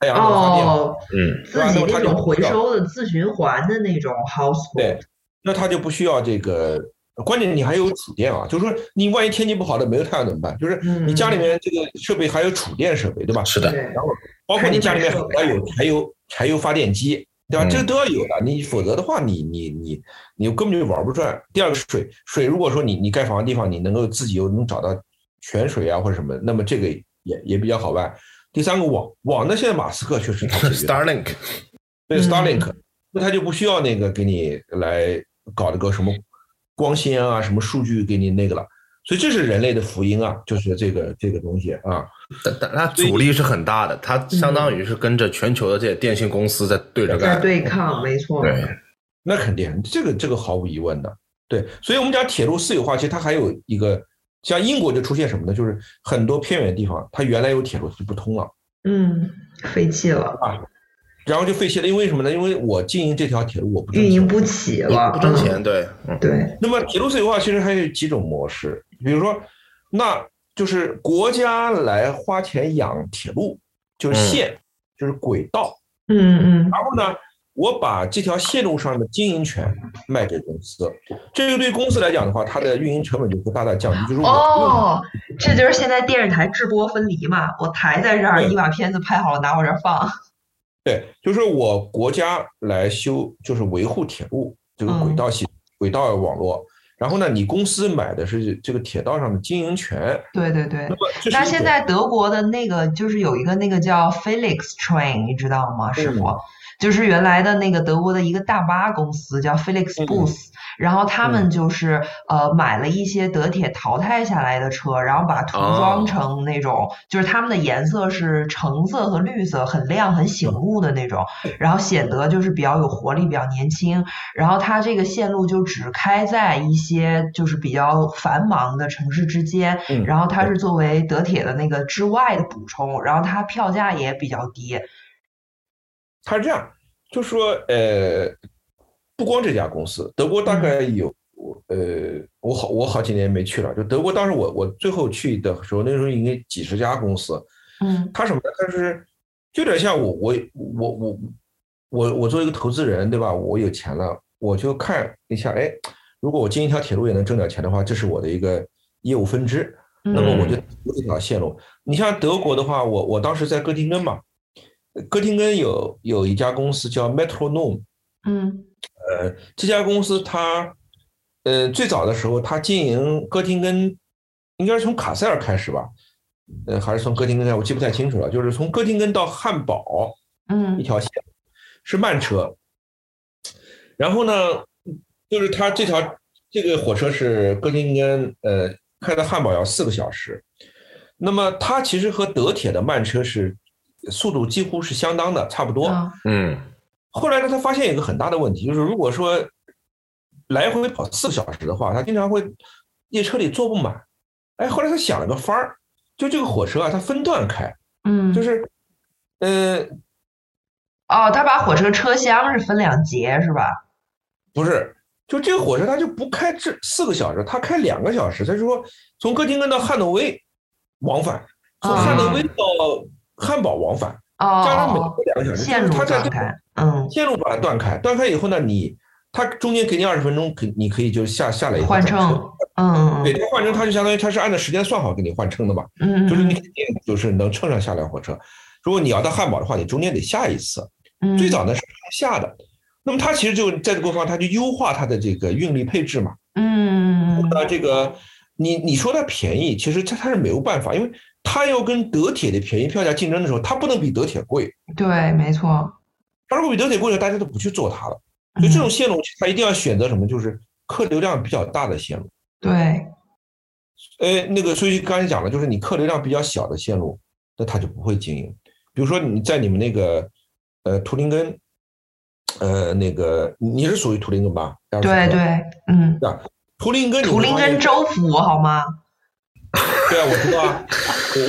C: 太阳能发电。
A: 哦，
B: 嗯，
A: 自己那种回收的自循环的那种 household，
C: 对，那他就不需要这个。关键你还有储电啊，就是说你万一天气不好的没有太阳怎么办？就是
A: 嗯
C: 你家里面这个设备还有储电设备，对吧？
B: 是的，
A: 对
C: 然后包括你家里面还有柴油柴油发电机，对吧？
B: 嗯
C: 这个都要有的，你否则的话，你你你你根本就玩不转。第二个水水，如果说你你盖房的地方你能够自己又能找到泉水啊或者什么，那么这个也也比较好办。第三个网网呢，现在马斯克确实他解决了
B: Starlink
C: 对
A: 嗯
C: Starlink，那他就不需要那个给你来搞这个什么光纤啊、什么数据给你那个了。所以这是人类的福音啊，就是这个这个东西啊。
B: 但但它阻力是很大的，它相当于是跟着全球的这些电信公司在对着
A: 在
B: 干。
A: 嗯对抗，没错，
B: 对，
C: 那肯定，这个这个毫无疑问的。对，所以我们讲铁路私有化，其实它还有一个，像英国就出现什么呢？就是很多偏远地方，它原来有铁路它就不通了，
A: 嗯，废弃了，
C: 然后就废弃了。因为什么呢？因为我经营这条铁路，我不挣
A: 运营
C: 钱
A: 不起了，
B: 不挣
A: 嗯，
B: 钱，对，嗯，
A: 对，
C: 那么铁路私有化其实还有几种模式，比如说，那就是国家来花钱养铁路，就是
A: 嗯
C: 线，就是轨道，
A: 嗯嗯
C: 然后呢，我把这条线路上的经营权卖给公司，这个对公司来讲的话，它的运营成本就会大大降低，就是我不用
A: 哦，这就是现在电视台制播分离嘛，我台在这儿，
C: 对
A: 你把片子拍好了拿我这儿放，
C: 对，就是我国家来修，就是维护铁路这个
A: 嗯
C: 轨道系、轨道网络。然后呢，你公司买的是这个铁道上的经营权。
A: 对对对
C: 那。么这是
A: 那
C: 一
A: 现
C: 种嗯
A: 在德国的那个就是有一个那个叫 Felix Train，你知道吗，师傅？就是原来的那个德国的一个大巴公司叫
C: 嗯
A: Felix Bus，、然后他们就是、呃买了一些德铁淘汰下来的车，然后把涂
C: 哦
A: 装成那种，就是他们的颜色是橙色和绿色，很亮很
C: 嗯
A: 醒目的那种，然后显得就是比较有活力，比较年轻。然后它这个线路就只开在一些就是比较繁忙的城市之间，
C: 嗯
A: 然后它是作为德铁的那个之外的补充，然后它票价也比较低。
C: 他这样就说，呃，不光这家公司，德国大概有，呃，我好我好几年没去了。就德国当时我我最后去的时候，那时候应该几十家公司，
A: 嗯
C: 它什么呢？它是就有点像我我我我我我作为一个投资人，对吧？我有钱了，我就看一下，哎，如果我经营一条铁路也能挣点钱的话，这是我的一个业务分支。那么我
A: 嗯
C: 就投这条线路。你像德国的话，我我当时在哥廷根嘛，哥廷根有有一家公司叫 Metronome，
A: 嗯
C: 呃，这家公司它，呃，最早的时候它经营哥廷根，应该是从卡塞尔开始吧，呃，还是从哥廷根开始，我记不太清楚了。就是从哥廷根到汉堡一
A: 嗯
C: 条线是慢车，然后呢，就是它这条这个火车是哥廷根，呃，开到汉堡要四个小时。那么它其实和德铁的慢车是速度几乎是相当的，差不多。
A: 啊
B: 嗯
C: 后来呢，他发现有一个很大的问题，就是如果说来回跑四个小时的话，他经常会列车里坐不满。哎，后来他想了个法儿，就这个火车啊，它分段开，
A: 嗯，
C: 就是，呃，
A: 哦，他把火车车厢是分两节是吧？
C: 不是，就这个火车它就不开这四个小时，它开两个小时。他说从哥廷根到汉诺威往返，从汉诺威到汉堡往返，
A: 哦
C: 加上每
A: 哦，
C: 个两个小时，
A: 线
C: 就
A: 路
C: 是他在
A: 断
C: 这个
A: 开，嗯，
C: 线路把它断开，断开以后呢，你它中间给你二十分钟，可你可以就下下来以后
A: 换
C: 转车
A: 乘，嗯
C: 对，
A: 嗯
C: 它换乘它就相当于它是按照时间算好给你换乘的嘛，
A: 嗯，
C: 就是你肯定就是能乘上下辆火车。如果你要到汉堡的话，你中间得下一次，
A: 你
C: 最早呢是下的。那么它其实就在这个过程中，它就优化它的这个运力配置嘛。
A: 嗯嗯
C: 那这个你你说它便宜，其实它它是没有办法，因为它要跟德铁的便宜票价竞争的时候，它不能比德铁贵。
A: 嗯，对，没错，嗯
C: 它如果比德铁贵了，大家都不去做它了。所以这种线路，它一定要选择什么，就是客流量比较大的线路。
A: 对，
C: 呃，那个，所以刚才讲了，就是你客流量比较小的线路，那它就不会经营。比如说你在你们那个呃图林根，呃那个你你是属于图林根吧？
A: 对对，嗯，
C: 图林根你
A: 图
C: 会
A: 林
C: 发现，
A: 根州府好吗？
C: 对啊，我知道啊，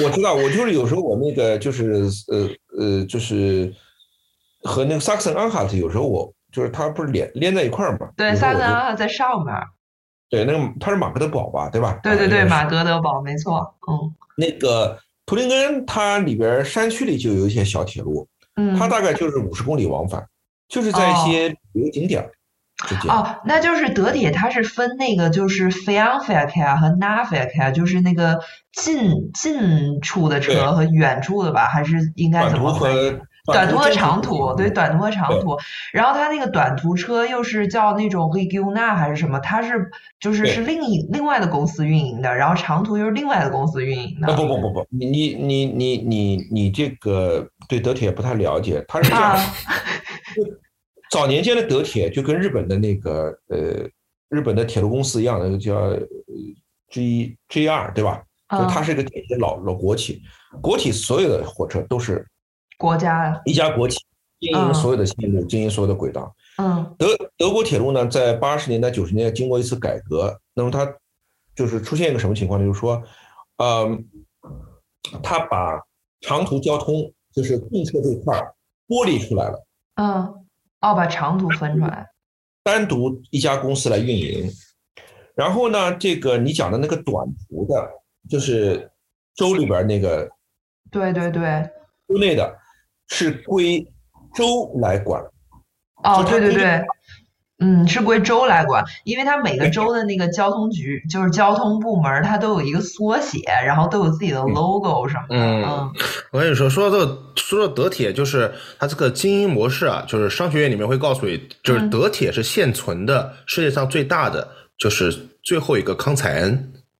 C: 我我知道，我就是有时候我那个就是呃呃就是和那个萨克森安哈特，有时候我就是它不是连连在一块儿嘛？
A: 对，
C: 有时
A: 萨
C: 候我
A: 克
C: 就
A: 森安在上面儿，
C: 对，那个它是马格德堡吧，对吧？
A: 对对
C: 啊
A: 对，
C: 应该是
A: 马格德堡，没错，嗯
C: 那个图林根，它里边山区里就有一些小铁路，
A: 嗯，
C: 它大概就是五十公里往返，就是在一些旅游景点儿之间。
A: 哦，那就是德铁，它是分那个就是 f e r n f e r k e h 和 n a f e r k e h 就是那个近近处的
C: 对
A: 车和远处的吧，还是应该
C: 短
A: 怎
C: 途
A: 么
C: 和
A: 分？短途和长途，对，短途和长
C: 对
A: 途。然后它那个短途车又是叫那种 Reguna 还是什么？它是就是
C: 对
A: 是另一另外的公司运营的，然后长途又是另外的公司运营的。
C: 啊不不不不，你你你你你你这个对德铁不太了解，它是这样
A: 啊
C: 的，早年间的德铁就跟日本的那个呃日本的铁路公司一样的，叫呃 G G R 对吧？就
A: 啊，
C: 它是一个典型的老老国企，国企所有的火车都是
A: 国家，
C: 一家国企经营
A: 嗯
C: 所有的线路，经营所有的轨道。
A: 嗯
C: 德德国铁路呢，在八十年代、九十年代经过一次改革，那么它就是出现一个什么情况呢？就是说，呃，它把长途交通，就是动车这块儿剥离出来了，
A: 嗯，哦，把长途分出来，
C: 单独一家公司来运营。然后呢，这个你讲的那个短途的，就是州里边那个
A: 对对对，
C: 州内的，是归州来管。
A: 哦，
C: 就它
A: 对对
C: 不是
A: 对，嗯，是归州来管，因为它每个州的那个交通局，就是交通部门儿，它都有一个缩写，然后都有自己的
C: 嗯
A: logo 什么的，
B: 嗯
A: 嗯
B: 我跟你说，说到这个，说到德铁，就是它这个经营模式啊，就是商学院里面会告诉你，就是
A: 嗯
B: 德铁是现存的世界上最大的，就是最后一个康采恩，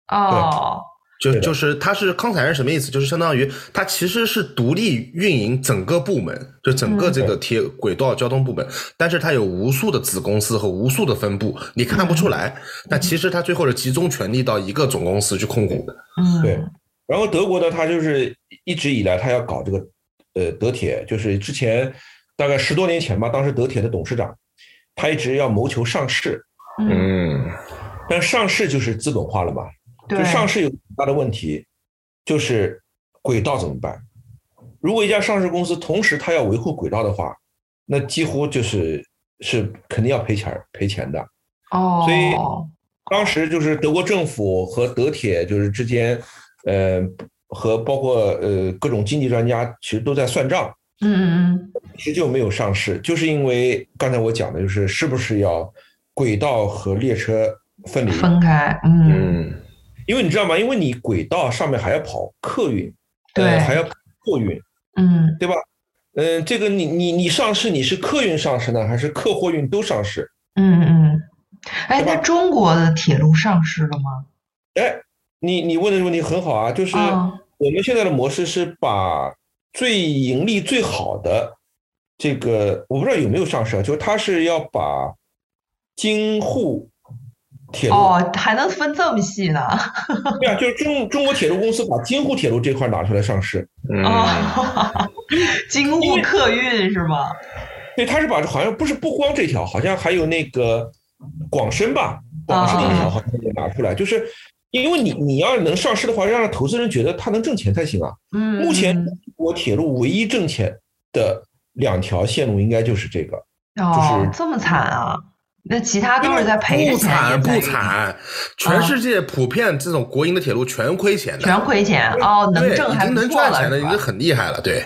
A: 嗯哦，
B: 就
C: 对的
B: 就是它是康采是什么意思？就是相当于它其实是独立运营整个部门，就整个这个铁轨道交通部门，但是它有无数的子公司和无数的分部，你看不出来，但其实它最后是集中权力到一个总公司去控股的。
A: 嗯，
C: 对然后德国呢，它就是一直以来它要搞这个呃德铁，就是之前大概十多年前吧，当时德铁的董事长，他一直要谋求上市，
A: 嗯，
B: 嗯，
C: 但上市就是资本化了嘛，
A: 对，
C: 就上市有很大的问题，就是轨道怎么办？如果一家上市公司同时它要维护轨道的话，那几乎就是是肯定要赔钱儿赔钱的。
A: 哦，
C: 所以当时就是德国政府和德铁就是之间，呃，和包括呃各种经济专家其实都在算账，
A: 嗯嗯
C: 一直就没有上市，就是因为刚才我讲的就是是不是要轨道和列车分离
A: 嗯，？分开，嗯，
B: 嗯，
C: 因为你知道吗？因为你轨道上面还要跑客运，
A: 对
C: 呃还要跑货运，
A: 嗯
C: 对吧？嗯、这个你你你上市，你是客运上市呢，还是客货运都上市？
A: 嗯嗯。哎，
C: 对吧
A: 那中国的铁路上市了吗？
C: 哎，你你问的问题很好啊，就是
A: 嗯
C: 我们现在的模式是把最盈利最好的这个，我不知道有没有上市啊，就是它是要把京沪铁路，
A: 哦，还能分这么细呢？
C: 对啊，就是中中国铁路公司把京沪铁路这块拿出来上市，
B: 嗯，
A: 哦， 京沪客运是吗？
C: 对，它是把好像不是不光这条，好像还有那个广深吧，广
A: 哦
C: 深那条好像也拿出来，就是因为你你要能上市的话，要让投资人觉得它能挣钱才行啊。
A: 嗯，
C: 目前
A: 嗯
C: 中国铁路唯一挣钱的两条线路应该就是这个，
A: 哦
C: 是，
A: 这么惨啊？那其他都是在赔着
B: 不
A: 钱，
B: 惨
A: 也啊在
B: 不惨，全世界普遍这种国营的铁路全亏钱的，
A: 哦全亏钱哦，能
B: 对，
A: 挣
B: 已
A: 还
B: 经
A: 不
B: 能
A: 错
B: 赚
A: 了
B: 钱的
A: 是
B: 已
A: 吧
B: 经很厉害了，对，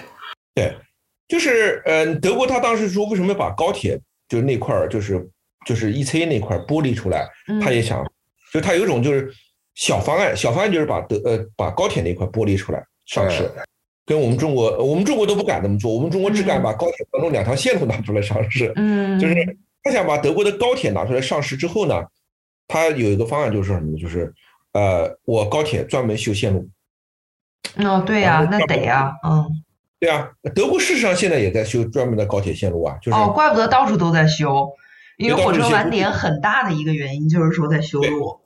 C: 就是呃，德国他当时说为什么把高铁就是那块儿就是就是 E C 那块儿剥离出来，
A: 嗯
C: 他也想，就他有一种就是小方案，小方案就是把德呃把高铁那块剥离出来上市，跟我们中国，我们中国都不敢这么做，我们中国只敢
A: 嗯
C: 把高铁当中两条线路拿出来上市，
A: 嗯，
C: 就是他想把德国的高铁拿出来上市之后呢，他有一个方案就是什么呢，就是呃我高铁专门修线路，
A: 哦，对呀、那得呀、嗯，
C: 对啊，德国事实上现在也在修专门的高铁线路啊，就是
A: 哦，怪不得到处都在修，因为
C: 对
A: 火
C: 到处
A: 车
C: 修
A: 晚点很大的一个原因就是说在修路，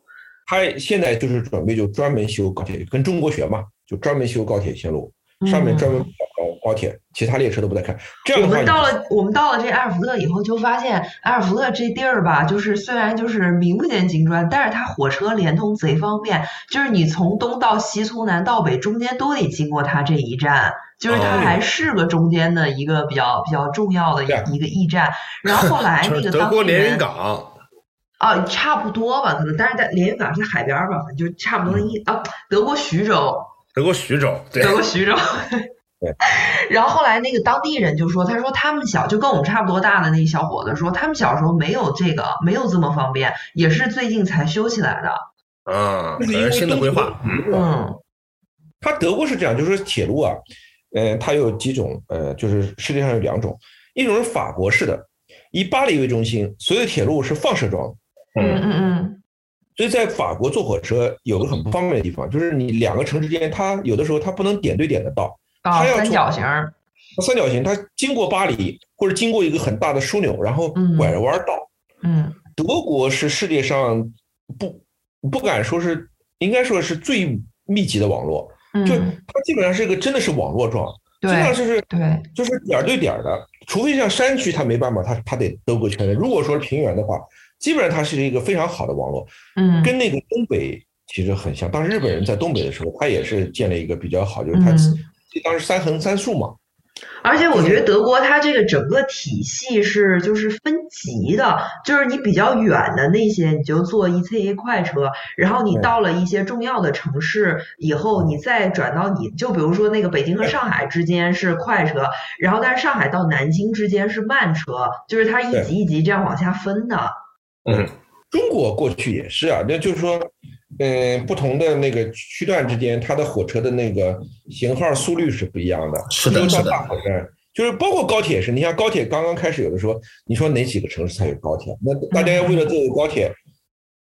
C: 他现在就是准备就专门修高铁，跟中国学嘛，就专门修高铁线路，上面专门搞高铁，其他列车都不带看。这样
A: 嗯我
C: 的话，
A: 们
C: 你
A: 到了我们到了这埃尔福特以后，就发现埃尔福特这地儿吧，就是虽然就是名不见经传，但是它火车联通贼方便，就是你从东到西，从南到北，中间都得经过它这一站。就是它
B: 哦
A: 还是个中间的一个比较比较重要的一
C: 对啊
A: 一个驿站，然后后来哎那个
B: 德
A: 当
B: 国
A: 地
B: 连
A: 人
B: 云港，
A: 啊，差不多吧，可能，但是在连云港是在海边儿吧，反正就差不多的意
C: 嗯
A: 啊。德国徐州，
B: 德国徐州，对
A: 德，国徐州
C: 对。
A: 然后后来那个当地人就说，他说他们小就跟我们差不多大的那小伙子说，他们小时候没有这个，没有这么方便，也是最近才修起来的。
B: 啊，
C: 就是因
B: 可
C: 为
B: 是新的规划，嗯
C: 中国，
A: 嗯
C: 它德国是这样，就是说铁路啊，呃，它有几种，呃，就是世界上有两种，一种是法国式的，以巴黎为中心，所有的铁路是放射状的，
A: 嗯嗯嗯，
C: 所以在法国坐火车有个很不方便的地方，就是你两个城市之间，它有的时候它不能点对点的到，
A: 啊，
C: 他要
A: 三
C: 做
A: 角形儿，
C: 三角形它经过巴黎或者经过一个很大的枢纽，然后
A: 嗯
C: 拐着弯儿到。
A: 嗯
C: 德国是世界上不不敢说是，应该说是最密集的网络，就
A: 嗯，
C: 它基本上是一个真的是网络状，基本上
A: 对
C: 就是
A: 对，
C: 就是点儿对点儿的，除非像山区它没办法，它它得兜个圈的。如果说平原的话，基本上它是一个非常好的网络，
A: 嗯
C: 跟那个东北其实很像。当时日本人在东北的时候，他也是建了一个比较好，就是他
A: 嗯。
C: 当时三横三竖嘛，
A: 而且我觉得德国它这个整个体系是就是分级的，就是你比较远的那些你就坐 ECA 快车，然后你
C: 对
A: 到了一些重要的城市以后，你再转到你就比如说那个北京和
C: 对
A: 上海之间是快车，然后但是上海到南京之间是慢车，就是它一
C: 对
A: 级一级这样往下分的。
B: 嗯
C: 中国过去也是啊，那就是说，嗯、不同的那个区段之间，它的火车的那个型号速率是不一样的。
B: 是的
C: 比如说
B: 是的
C: 大火车站就是包括高铁也是，你像高
B: 嗯
C: 铁刚刚开始有的时候，你说哪几个城市才有高铁？那大家为了这个高铁，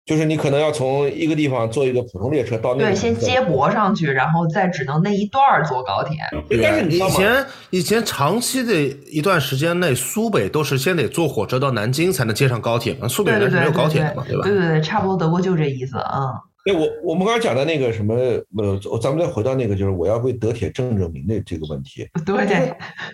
C: 就是你可能要从一个地方坐一个普通列车到
B: 嗯
C: 那个
A: 对，
C: 地
A: 先
C: 方
A: 接驳上去，然后再只能那一段儿坐高铁。
C: 对但是你知道
B: 以
C: 吗
B: 前以前长期的一段时间内，苏北都是先得坐火车到南京才能接上高铁嘛，苏北
A: 对对
B: 人是没
A: 对
B: 有
A: 对
B: 高铁
A: 对
B: 的嘛，对吧？
A: 对对对，差不多德国就这意思，嗯。
C: 对我我们刚刚讲的那个什么，呃，咱们再回到那个就是我要为德铁正正名的这个问题。
A: 对，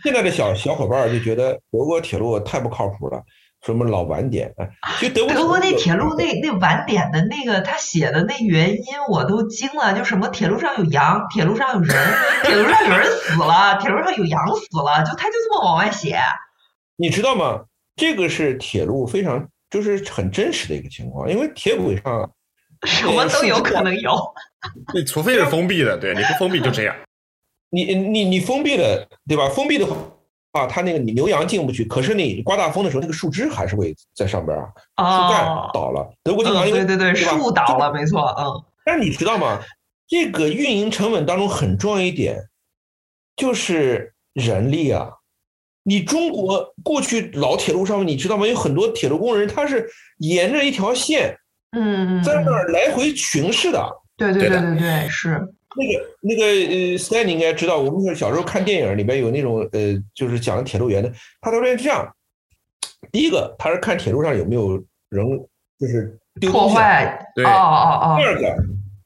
C: 现在的小小伙伴儿就觉得德国铁路太不靠谱了，什么老晚点，哎，其实德国
A: 啊德国那铁路
C: 有
A: 那那晚点的那个他写的那原因我都惊了，就什么铁路上有羊，铁路上有人，铁路上有人死了，铁路上有羊死了，就他就这么往外写。
C: 你知道吗？这个是铁路非常就是很真实的一个情况，因为铁轨上 呃
A: 什么都有可能有，
B: 你除非是封闭的，对，你不封闭就这样。
A: 哦
C: 你你你封闭了，对吧？封闭的话，它那个你牛羊进不去，可是你刮大风的时候，那个树枝还是会在上边儿啊，树干
A: 哦，
C: 倒了。德国经常
A: 嗯，
C: 因为
A: 对对对，
C: 吧
A: 树倒了，没错，嗯，
C: 但是你知道吗？这个运营成本当中很重要一点，就是人力啊。你中国过去老铁路上面，你知道吗？有很多铁路工人，他是沿着一条线
A: 嗯嗯，
C: 在那
A: 嗯
C: 儿来回巡视的。
A: 对对
B: 对
A: 对
B: 的
A: 对对，是，
C: 那个那个呃，Stan 你应该知道，我们是小时候看电影里边有那种呃，就是讲铁路员的，他都是这样。第一个，他是看铁路上有没有人，就是丢
A: 破
C: 东西啊。
A: 坏，
B: 对
A: 哦哦
C: 第
A: 哦
C: 二个，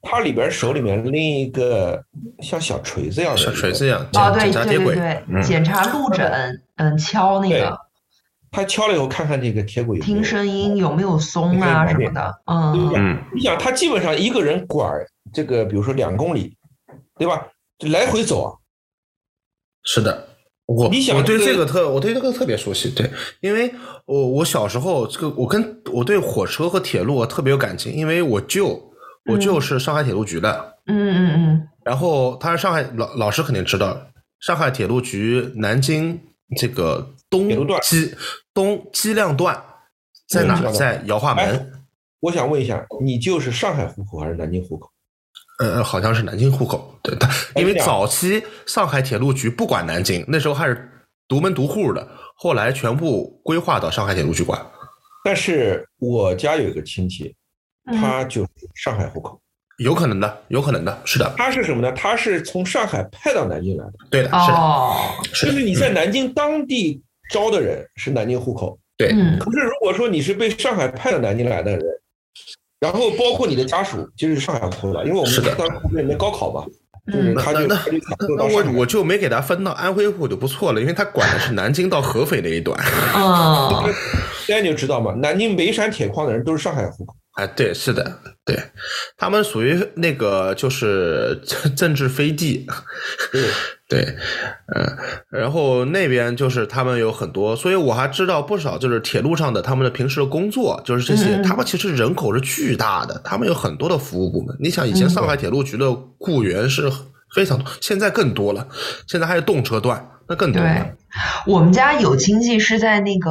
C: 他里边手里面拎一个像小锤子一样的
B: 像锤
C: 东西，
B: 子一样，
A: 哦，
B: 检
A: 对
B: 检查
A: 对
B: 铁
A: 对
B: 轨，
A: 对，
B: 嗯
A: 检查路枕，嗯，敲那个
C: 他敲了以后看看这个铁轨有没有
A: 听声音有没有松啊什么的，嗯，嗯
B: 嗯，
C: 你想，他基本上一个人管这个，比如说两公里，对吧？就来回走啊，
B: 是的。我
C: 你想
B: 我对
C: 这
B: 这
C: 个
B: 个特我对这个特别熟悉，对，因为我我小时候这个我跟我对火车和铁路啊特别有感情，因为我舅我
C: 嗯
B: 舅是上海铁路局的，
A: 嗯嗯。
B: 然后他是上海老老师肯定知道，上海铁路局南京这个东
C: 铁路段
B: 机东机量段在哪
C: 嗯知
B: 儿？
C: 道
B: 在姚化
C: 哎
B: 门，
C: 我想问一下，你就是上海户口还是南京户口？
B: 呃，好像是南京户口。对他，
C: 哎
B: 因为
C: 这样
B: 早期上海铁路局不管南京，那时候还是独门独户的，后来全部规划到上海铁路局管。
C: 但是我家有一个亲戚，
A: 嗯
C: 他就是上海户口，
B: 有可能的，有可能的，是的，
C: 他是什么呢？他是从上海派到南京来的，
B: 对的，是的，
A: 哦，
B: 是嗯
C: 就
B: 的，
C: 是你在南京当地招的人是南京户口，
B: 对，
A: 嗯
C: 可是如果说你是被上海派到南京来的人，然后包括你的家属就是上海户口的，因为我们
B: 是的
C: 当时在里面高考嘛，就是
A: 嗯
C: 他
B: 那
C: 就
B: 那
C: 他就想
B: 那
C: 做
B: 那
C: 到
B: 我
C: 上海
B: 我就没给他分到安徽户就不错了，因为他管的是南京到合肥那一段。
A: 嗯，
C: 现在你就知道嘛，南京梅山铁矿的人都是上海户口。
B: 啊，对，是的，对，他们属于那个就是 政政治飞地，
C: 对，
B: 对，嗯，然后那边就是他们有很多，所以我还知道不少，就是铁路上的他们的平时的工作，就是这些，
A: 嗯嗯嗯
B: 他们其实人口是巨大的，他们有很多的服务部门。你想，以前
A: 嗯
B: 上海铁路局的雇员是非常多，现在更多了，现在还有动车段，那更多了
A: 对。我们家有亲戚是在那个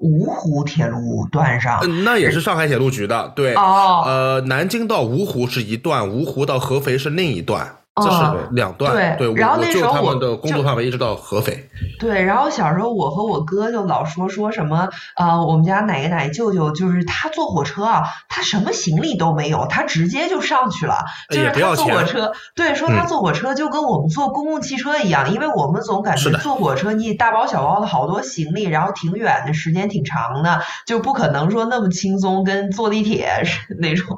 A: 芜湖铁路段上，
B: 嗯，那也是上海铁路局的，对，
A: 哦，
B: 呃，南京到芜湖是一段，芜湖到合肥是另一段，这啊是
A: 哦
B: 两段。
A: 对
B: 对，我
A: 然后那
B: 我就
A: 时候
B: 他
A: 我
B: 们的工
A: 就
B: 作范围一直到合肥。
A: 对，然后小时候我和我哥就老说说什么，呃，我们家哪个哪个舅舅，就是他坐火车啊，他什么行李都没有，他直接就上去了，
B: 哎
A: 就
B: 也
A: 是
B: 不要
A: 他坐火
B: 钱
A: 车，对，说他
B: 嗯
A: 坐火车就跟我们坐公共汽车一样，因为我们总感
B: 是
A: 觉
B: 的
A: 坐火车你大包小包的好多行李，然后挺远的时间挺长的，就不可能说那么轻松跟坐地铁 是那种，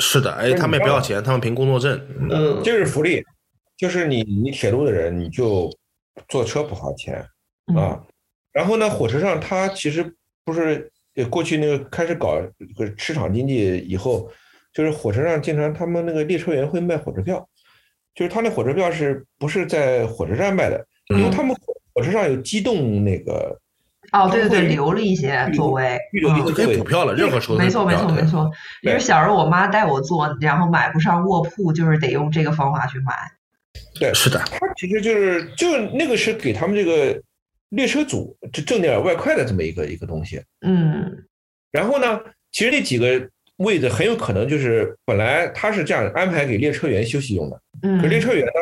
B: 是的，哎，
C: 那
B: 他们也
C: 你
B: 不
C: 要
B: 要钱，他们凭工作证。嗯
A: 嗯
C: 这是福利，就是你你铁路的人，你就坐车不花钱
A: 嗯
C: 啊。然后呢，火车上它其实不是呃过去那个开始搞这个市场经济以后，就是火车上经常他们那个列车员会卖火车票，就是他那火车票是不是在火车站卖的？因为他们火火车上有机动那个
A: 哦，对对
C: 会
A: 对，留了一些座位，
C: 预留一
A: 嗯
C: 个
B: 可以
C: 对
B: 补票了，任何时候都可
A: 没
B: 以
A: 错，
B: 补
A: 没
B: 票
A: 错，
B: 的
A: 没。错。因为
C: 对
A: 小时候我妈带我做，然后买不上卧铺，就是得用这个方法去买。
C: 对，
B: 是的，
C: 它其实就是就是那个是给他们这个列车组就挣点外快的这么一个一个东西。
A: 嗯
C: 然后呢，其实那几个位置很有可能就是本来他是这样安排给列车员休息用的，
A: 嗯，
C: 可列
A: 对
C: 车员呢，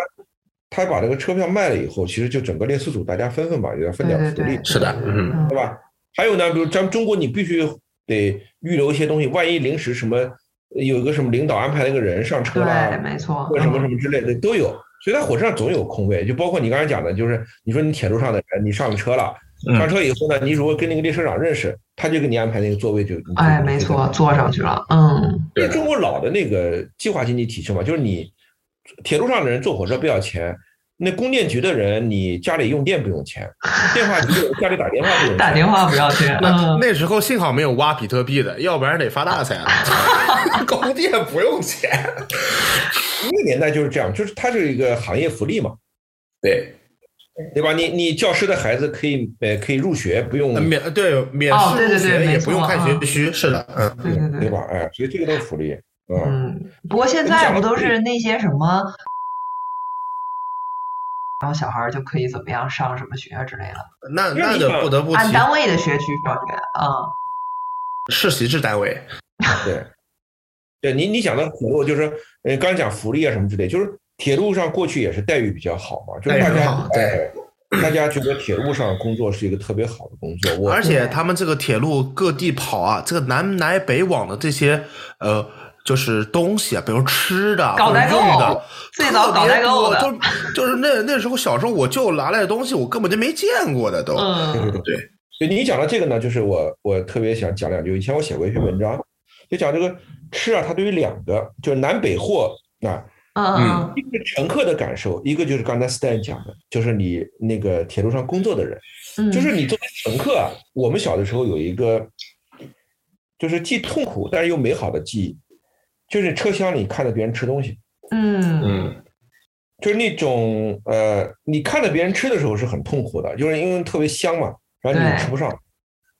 C: 他把这个车票卖了以后，其实就整个列车组大家分分吧，也要分点
A: 对
C: 福利
A: 对，，
B: 是的，嗯，
A: 嗯
C: 对吧？还有呢，比如咱们中国你必须得预留一些东西，万一临时什么有一个什么领导安排了一个人上车啦
A: 对，，没错，
C: 或者什么
A: 嗯
C: 什么之类的都有。所以在火车上总有空位，就包括你刚才讲的，就是你说你铁路上的人，你上了车了，
B: 嗯
C: 上车以后呢，你如果跟那个列车长认识，他就给你安排那个座位就。你就
A: 哎，没错，坐上去。了，嗯，
C: 这中国老的那个计划经济体制嘛，就是你铁路上的人坐火车不要钱，那供电局的人你家里用电不用钱，电话局的人家里打电话不用钱。
A: 打电话不要钱，
B: 那
A: 嗯，
B: 那时候幸好没有挖比特币的，要不然得发大财 了。供电不用钱，
C: 那个年代就是这样，就是它是一个行业福利嘛，
B: 对，
C: 对吧？你你教师的孩子可以呃可以入学，不用
B: 呃
A: 嗯
B: 免对免
A: 哦对
B: 试入
A: 对对
B: 学
A: 没
B: 也不用
A: 错
B: 看
A: 嗯
B: 学区，是的，嗯。
A: 对对
C: 对，吧？哎，所以这个都是福利。嗯，
A: 嗯，不过现在不都是那些什么，然后小孩儿就可以怎么样上什么学啊之类的，
B: 那
C: 那
B: 那
C: 你
B: 得
C: 想
B: 不得不
A: 按
B: 提
A: 单位的学区上学，嗯，
B: 世袭制单位，
C: 对，对你你讲的铁路就是呃，刚才讲福利啊什么之类，就是铁路上过去也是待遇比较好嘛，就是大
B: 待遇
C: 家
B: 好对
C: 哎大家觉得铁路上工作是一个特别好的工作，我
B: 而且他们这个铁路各地跑啊，这个南来北往的这些呃，就是东西啊，比如吃的、
A: 搞代购
B: 或者用的，
A: 最早搞代购的
B: 特别多就就是那那时候小时候，我舅拿来的东西，我根本就没见过的都。
C: 对对
A: 嗯，
C: 对
B: 对。
C: 所以你讲到这个呢，就是我我特别想讲两句。以前我写过一篇文章，就讲这个吃啊，它对于两个，就是南北货啊，
A: 嗯嗯
C: 一个是乘客的感受，一个就是刚才 Stan 讲的，就是你那个铁路上工作的人，
A: 嗯，
C: 就是你作为乘客啊，我们小的时候有一个，就是既痛苦但是又美好的记忆，就是车厢里看着别人吃东西，
A: 嗯
B: 嗯，
C: 就是那种呃，你看着别人吃的时候是很痛苦的，就是因为特别香嘛，然后你
A: 对
C: 吃不上，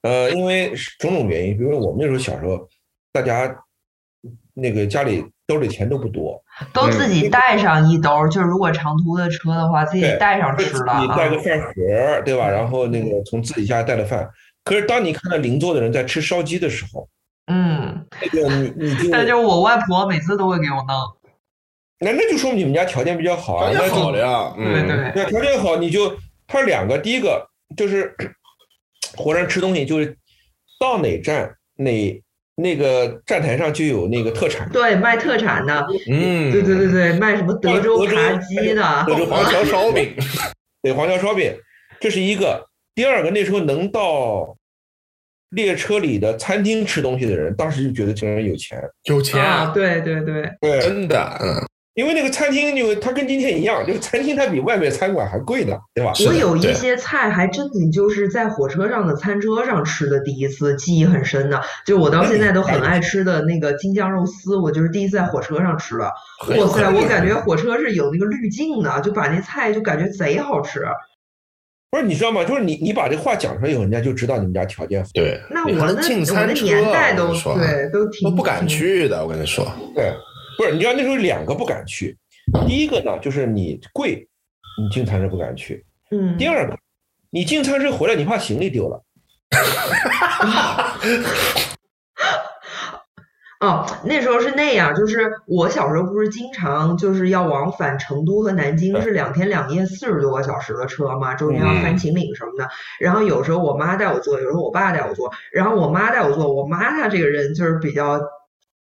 C: 呃，因为种种原因，比如说我们那时候小时候，大家那个家里兜里钱都不多，
A: 都自己带上一兜儿，就是如果长途的车的话，自己
C: 对
A: 带上
C: 自
A: 吃了
C: 己带个
A: 啊，
C: 饭盒儿，对吧？然后那个从自己家带了饭。可是当你看到邻座的人在吃烧鸡的时候，
A: 嗯，
C: 那个你你 就
A: 但就是我外婆每次都会给我弄，
C: 那那就说明你们家条件比较好啊，那就
B: 好了呀，嗯
A: 对，对，
C: 那条件好，你就它是两个，第一个就是火车上吃东西，就是到哪站哪那个站台上就有那个特产，
A: 对卖特产的，
B: 嗯，
A: 对对对对，卖什么德州扒鸡的，啊
C: 德州
B: 黄桥烧饼，
C: 对，黄桥烧饼，这是一个。第二个，那时候能到列车里的餐厅吃东西的人，当时就觉得这个人有钱，
B: 有钱
A: 啊，
B: 啊，
A: 对对对，
C: 对，
B: 真的，嗯，
C: 因为那个餐厅，因为它跟今天一样，就是餐厅它比外面餐馆还贵呢，对吧？
B: 是的
A: 我有
B: 对
A: 一些菜还真的就是在火车上的餐车上吃的，第一次记忆很深的，就我到现在都很爱吃的那个京酱肉丝，我就是第一次在火车上吃的。
B: 很有
A: 哇塞，
B: 可能
A: 我感觉火车是有那个滤镜的，就把那菜就感觉贼好吃。
C: 不是，你知道吗？就是你你把这话讲出来以后，人家就知道你们家条件好。
B: 对，
A: 那
B: 你
A: 我
B: 还能
A: 那
B: 进
A: 我那
B: 餐车
A: 年代
B: 我
A: 都
B: 跟你说啊
A: 对都挺
B: 都不敢。去的，我跟你说，
C: 对，不是，你知道那时候两个不敢去，第一个呢就是你贵，你进餐车不敢去；
A: 嗯，
C: 第二个，你进餐车回来，你怕行李丢了。
A: 哦，那时候是那样，就是我小时候不是经常就是要往返成都和南京是两天两夜四十多个小时的车嘛，中间要翻秦岭什么的。然后有时候我妈带我坐，有时候我爸带我坐。然后我妈带我坐，我妈她这个人就是比较。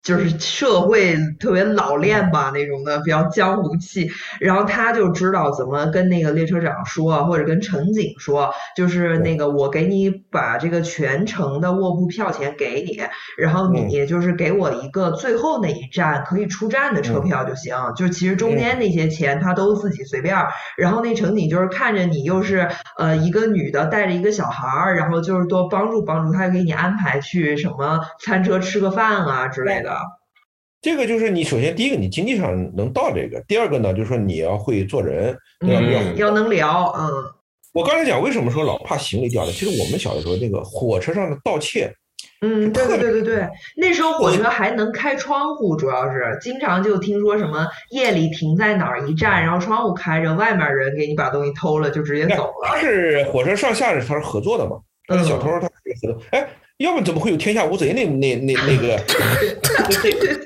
A: 就是社会特别老练吧那种的，比较江湖气。然后她就知道怎么跟那个列车长说啊，或者跟乘警说，就是那个我给你把这个全程的卧铺票钱给你，然后
C: 嗯
A: 你也就是给我一个最后那一站可以出站的车票就行。就是其实中间那些钱他都自己随便儿。然后那乘警就是看着你又是呃一个女的带着一个小孩儿，然后就是多帮助帮助，他就给你安排去什么餐车吃个饭啊之类的。
C: 这个就是你首先第一个，你经济上能到这个；第二个呢，就是说你要会做人，对吧？
B: 嗯
C: 不要
A: 要能聊，嗯
C: 我刚才讲为什么说老怕行李掉了，其实我们小的时候那个火车上的盗窃，
A: 嗯，对对对对对，那时候火车还能开窗户，主要是经常就听说什么夜里停在哪儿一站，然后窗户开着，外面人给你把东西偷了就直接走了。嗯
C: 它是火车上下是它是合作的嘛，它是小偷它是合作。哎，要不怎么会有天下无贼那那那那 个？
A: 对对对，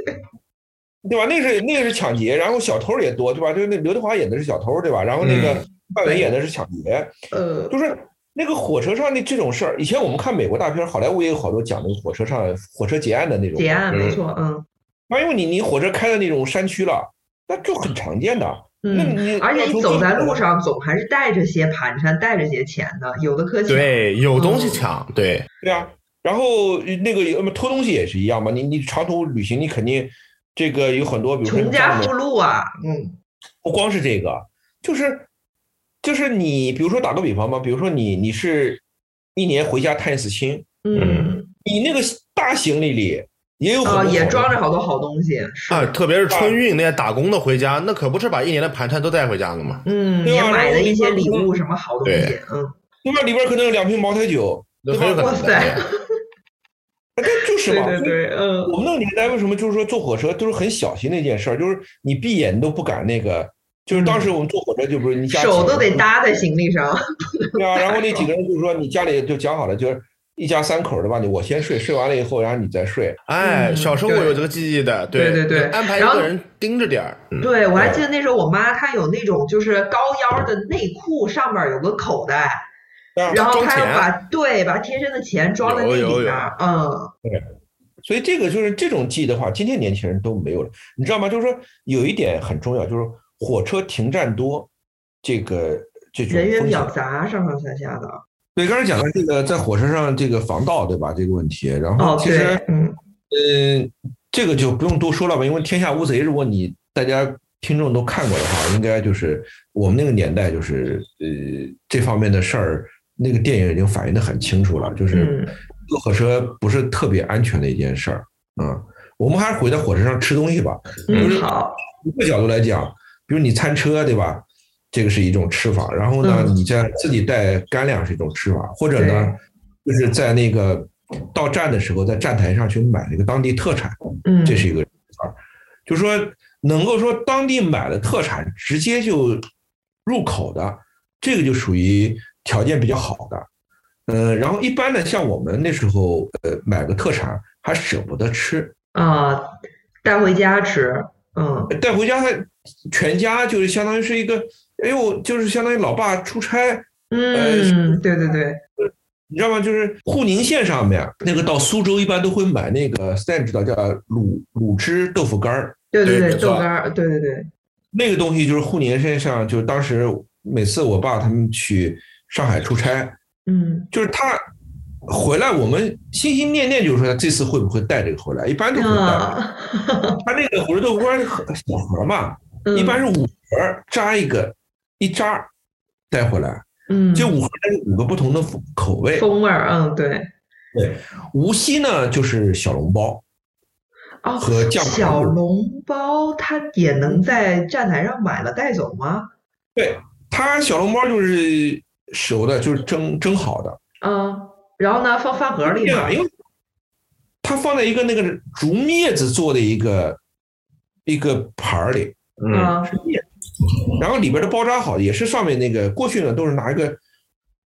C: 对吧？那是那个是抢劫，然后小偷也多，对吧？就是那刘德华演的是小偷，对吧？然后那个
B: 嗯
C: 范伟演的是抢劫，
A: 呃，
C: 就是那个火车上的这种事儿，以前我们看美国大片，好莱坞也有好多讲那个火车上火车劫案的那种。
A: 结案
B: 嗯
A: 没错，嗯
C: 那因为你你火车开到那种山区了，那就很常见的。那
A: 嗯。
C: 你
A: 而且
C: 你
A: 你走在路，上，总还是带着些盘缠，带着些钱的，有的可抢。
B: 对，有东
A: 嗯
B: 西抢，对，
C: 对啊。然后那个那么偷东西也是一样嘛，你你长途旅行你肯定这个有很多，比如说
A: 穷
C: 你
A: 家
C: 上
A: 富
C: 门
A: 路啊，嗯
C: 不光是这个，就是就是你比如说打个比方吧，比如说你你是一年回家探一次亲，
A: 嗯，
C: 你那个大行李里也有很多
A: 啊，
C: 好
A: 也
C: 东
A: 装
C: 西
A: 着好多好东西，是，
B: 啊，特别是春运那些打工的回家，那可不是把一年的盘缠都带回家了吗？
A: 嗯，
C: 对
A: 也
C: 啊
A: 买
C: 然后
A: 了一
C: 你
A: 些
C: 说
A: 礼
C: 嗯
A: 物，什么好东西，嗯，
C: 对吧？里边可能有两瓶茅台酒，
B: 那很有可
A: 哇
B: 能的
A: 塞，
C: 但就是
A: 对
C: 嘛，
A: 对对，嗯
C: 我们那个年代为什么就是说坐火车都是很小心的一件事儿，就是你闭眼都不敢那个，就是当时我们坐火车就不是你家
A: 嗯手都
C: 几个人
A: 得搭在行李 上，
C: 对啊，然后那 几个人就说你家里就讲好了，就是一家三口的吧，你我先睡，睡完了以后然后你再睡，
B: 哎，
A: 嗯
B: 小时候我有这个记忆的，
A: 对对
B: 对
A: 对对
B: 安排一
A: 然后
B: 个人盯着点儿，嗯，
A: 对，我还记得那时候我妈她有那种就是高腰的内裤，上面有个口袋，
C: 啊
A: 然后
B: 装
A: 她要
B: 钱
A: 把对把贴身的钱装在那
B: 有有
A: 里
B: 有
A: 面儿，嗯，
C: 所以这个就是这种记忆的话，今天年轻人都没有了，你知道吗？就是说有一点很重要，就是火车停站多，这个这种
A: 人员
C: 风
A: 比较
C: 险。
A: 杂，上上下下的。
C: 对，刚才讲到这个在火车上这个防盗对吧这个问题，然后
A: 哦，
C: 其实、
A: 对，嗯，
C: 嗯，这个就不用多说了吧，因为《天下无贼》，如果你大家听众都看过的话，应该就是我们那个年代，就是呃这方面的事儿，那个电影已经反映的很清楚了，就是
A: 嗯
C: 坐火车不是特别安全的一件事儿啊、嗯我们还是回到火车上吃东西吧，就是
A: 嗯，好，
C: 一个角度来讲，比如你餐车对吧？这个是一种吃法，然后呢，
A: 嗯
C: 你在自己带干粮是一种吃法，或者呢，就是在那个到站的时候，在站台上去买那个当地特产，
A: 嗯，
C: 这是一个吃法。就说能够说当地买的特产直接就入口的，这个就属于条件比较好的。嗯，然后一般的像我们那时候，呃，买个特产还舍不得吃，
A: 啊，带回家吃，嗯，
C: 带回家，还全家就是相当于是一个，哎呦，就是相当于老爸出差，
A: 嗯，对对对，
C: 你知道吗？就是沪宁县上面那个到苏州一般都会买那个，Stan 知道叫卤卤汁豆腐干儿，
A: 对
B: 对
A: 对
B: 没
A: 对，
B: 错
A: 豆干儿，对对对，
C: 那个东西就是沪宁县上，就是当时每次我爸他们去上海出差，
A: 嗯，
C: 就是他回来，我们心心念念就是说他这次会不会带这个回来，一般都不会带。
A: 啊，
C: 他那个火车豆腐干儿很小盒嘛，
A: 嗯
C: 一般是五盒儿扎一个，一扎带回来。
A: 嗯，
C: 这五盒它有五个不同的口味。
A: 风味儿，嗯，对，
C: 无锡呢就是小笼包，
A: 哦，
C: 和酱排
A: 小
C: 骨
A: 笼包它也能在站台上买了带走吗？
C: 对，它小笼包就是熟的，就是蒸蒸好的。
A: 嗯，然后呢，放饭盒里
C: 对
A: 嘛
C: 啊，，因为它放在一个那个竹篾子做的一个一个盘儿里，
B: 嗯，
A: 啊，
C: 然后里边的包扎好，也是上面那个过去呢都是拿一个。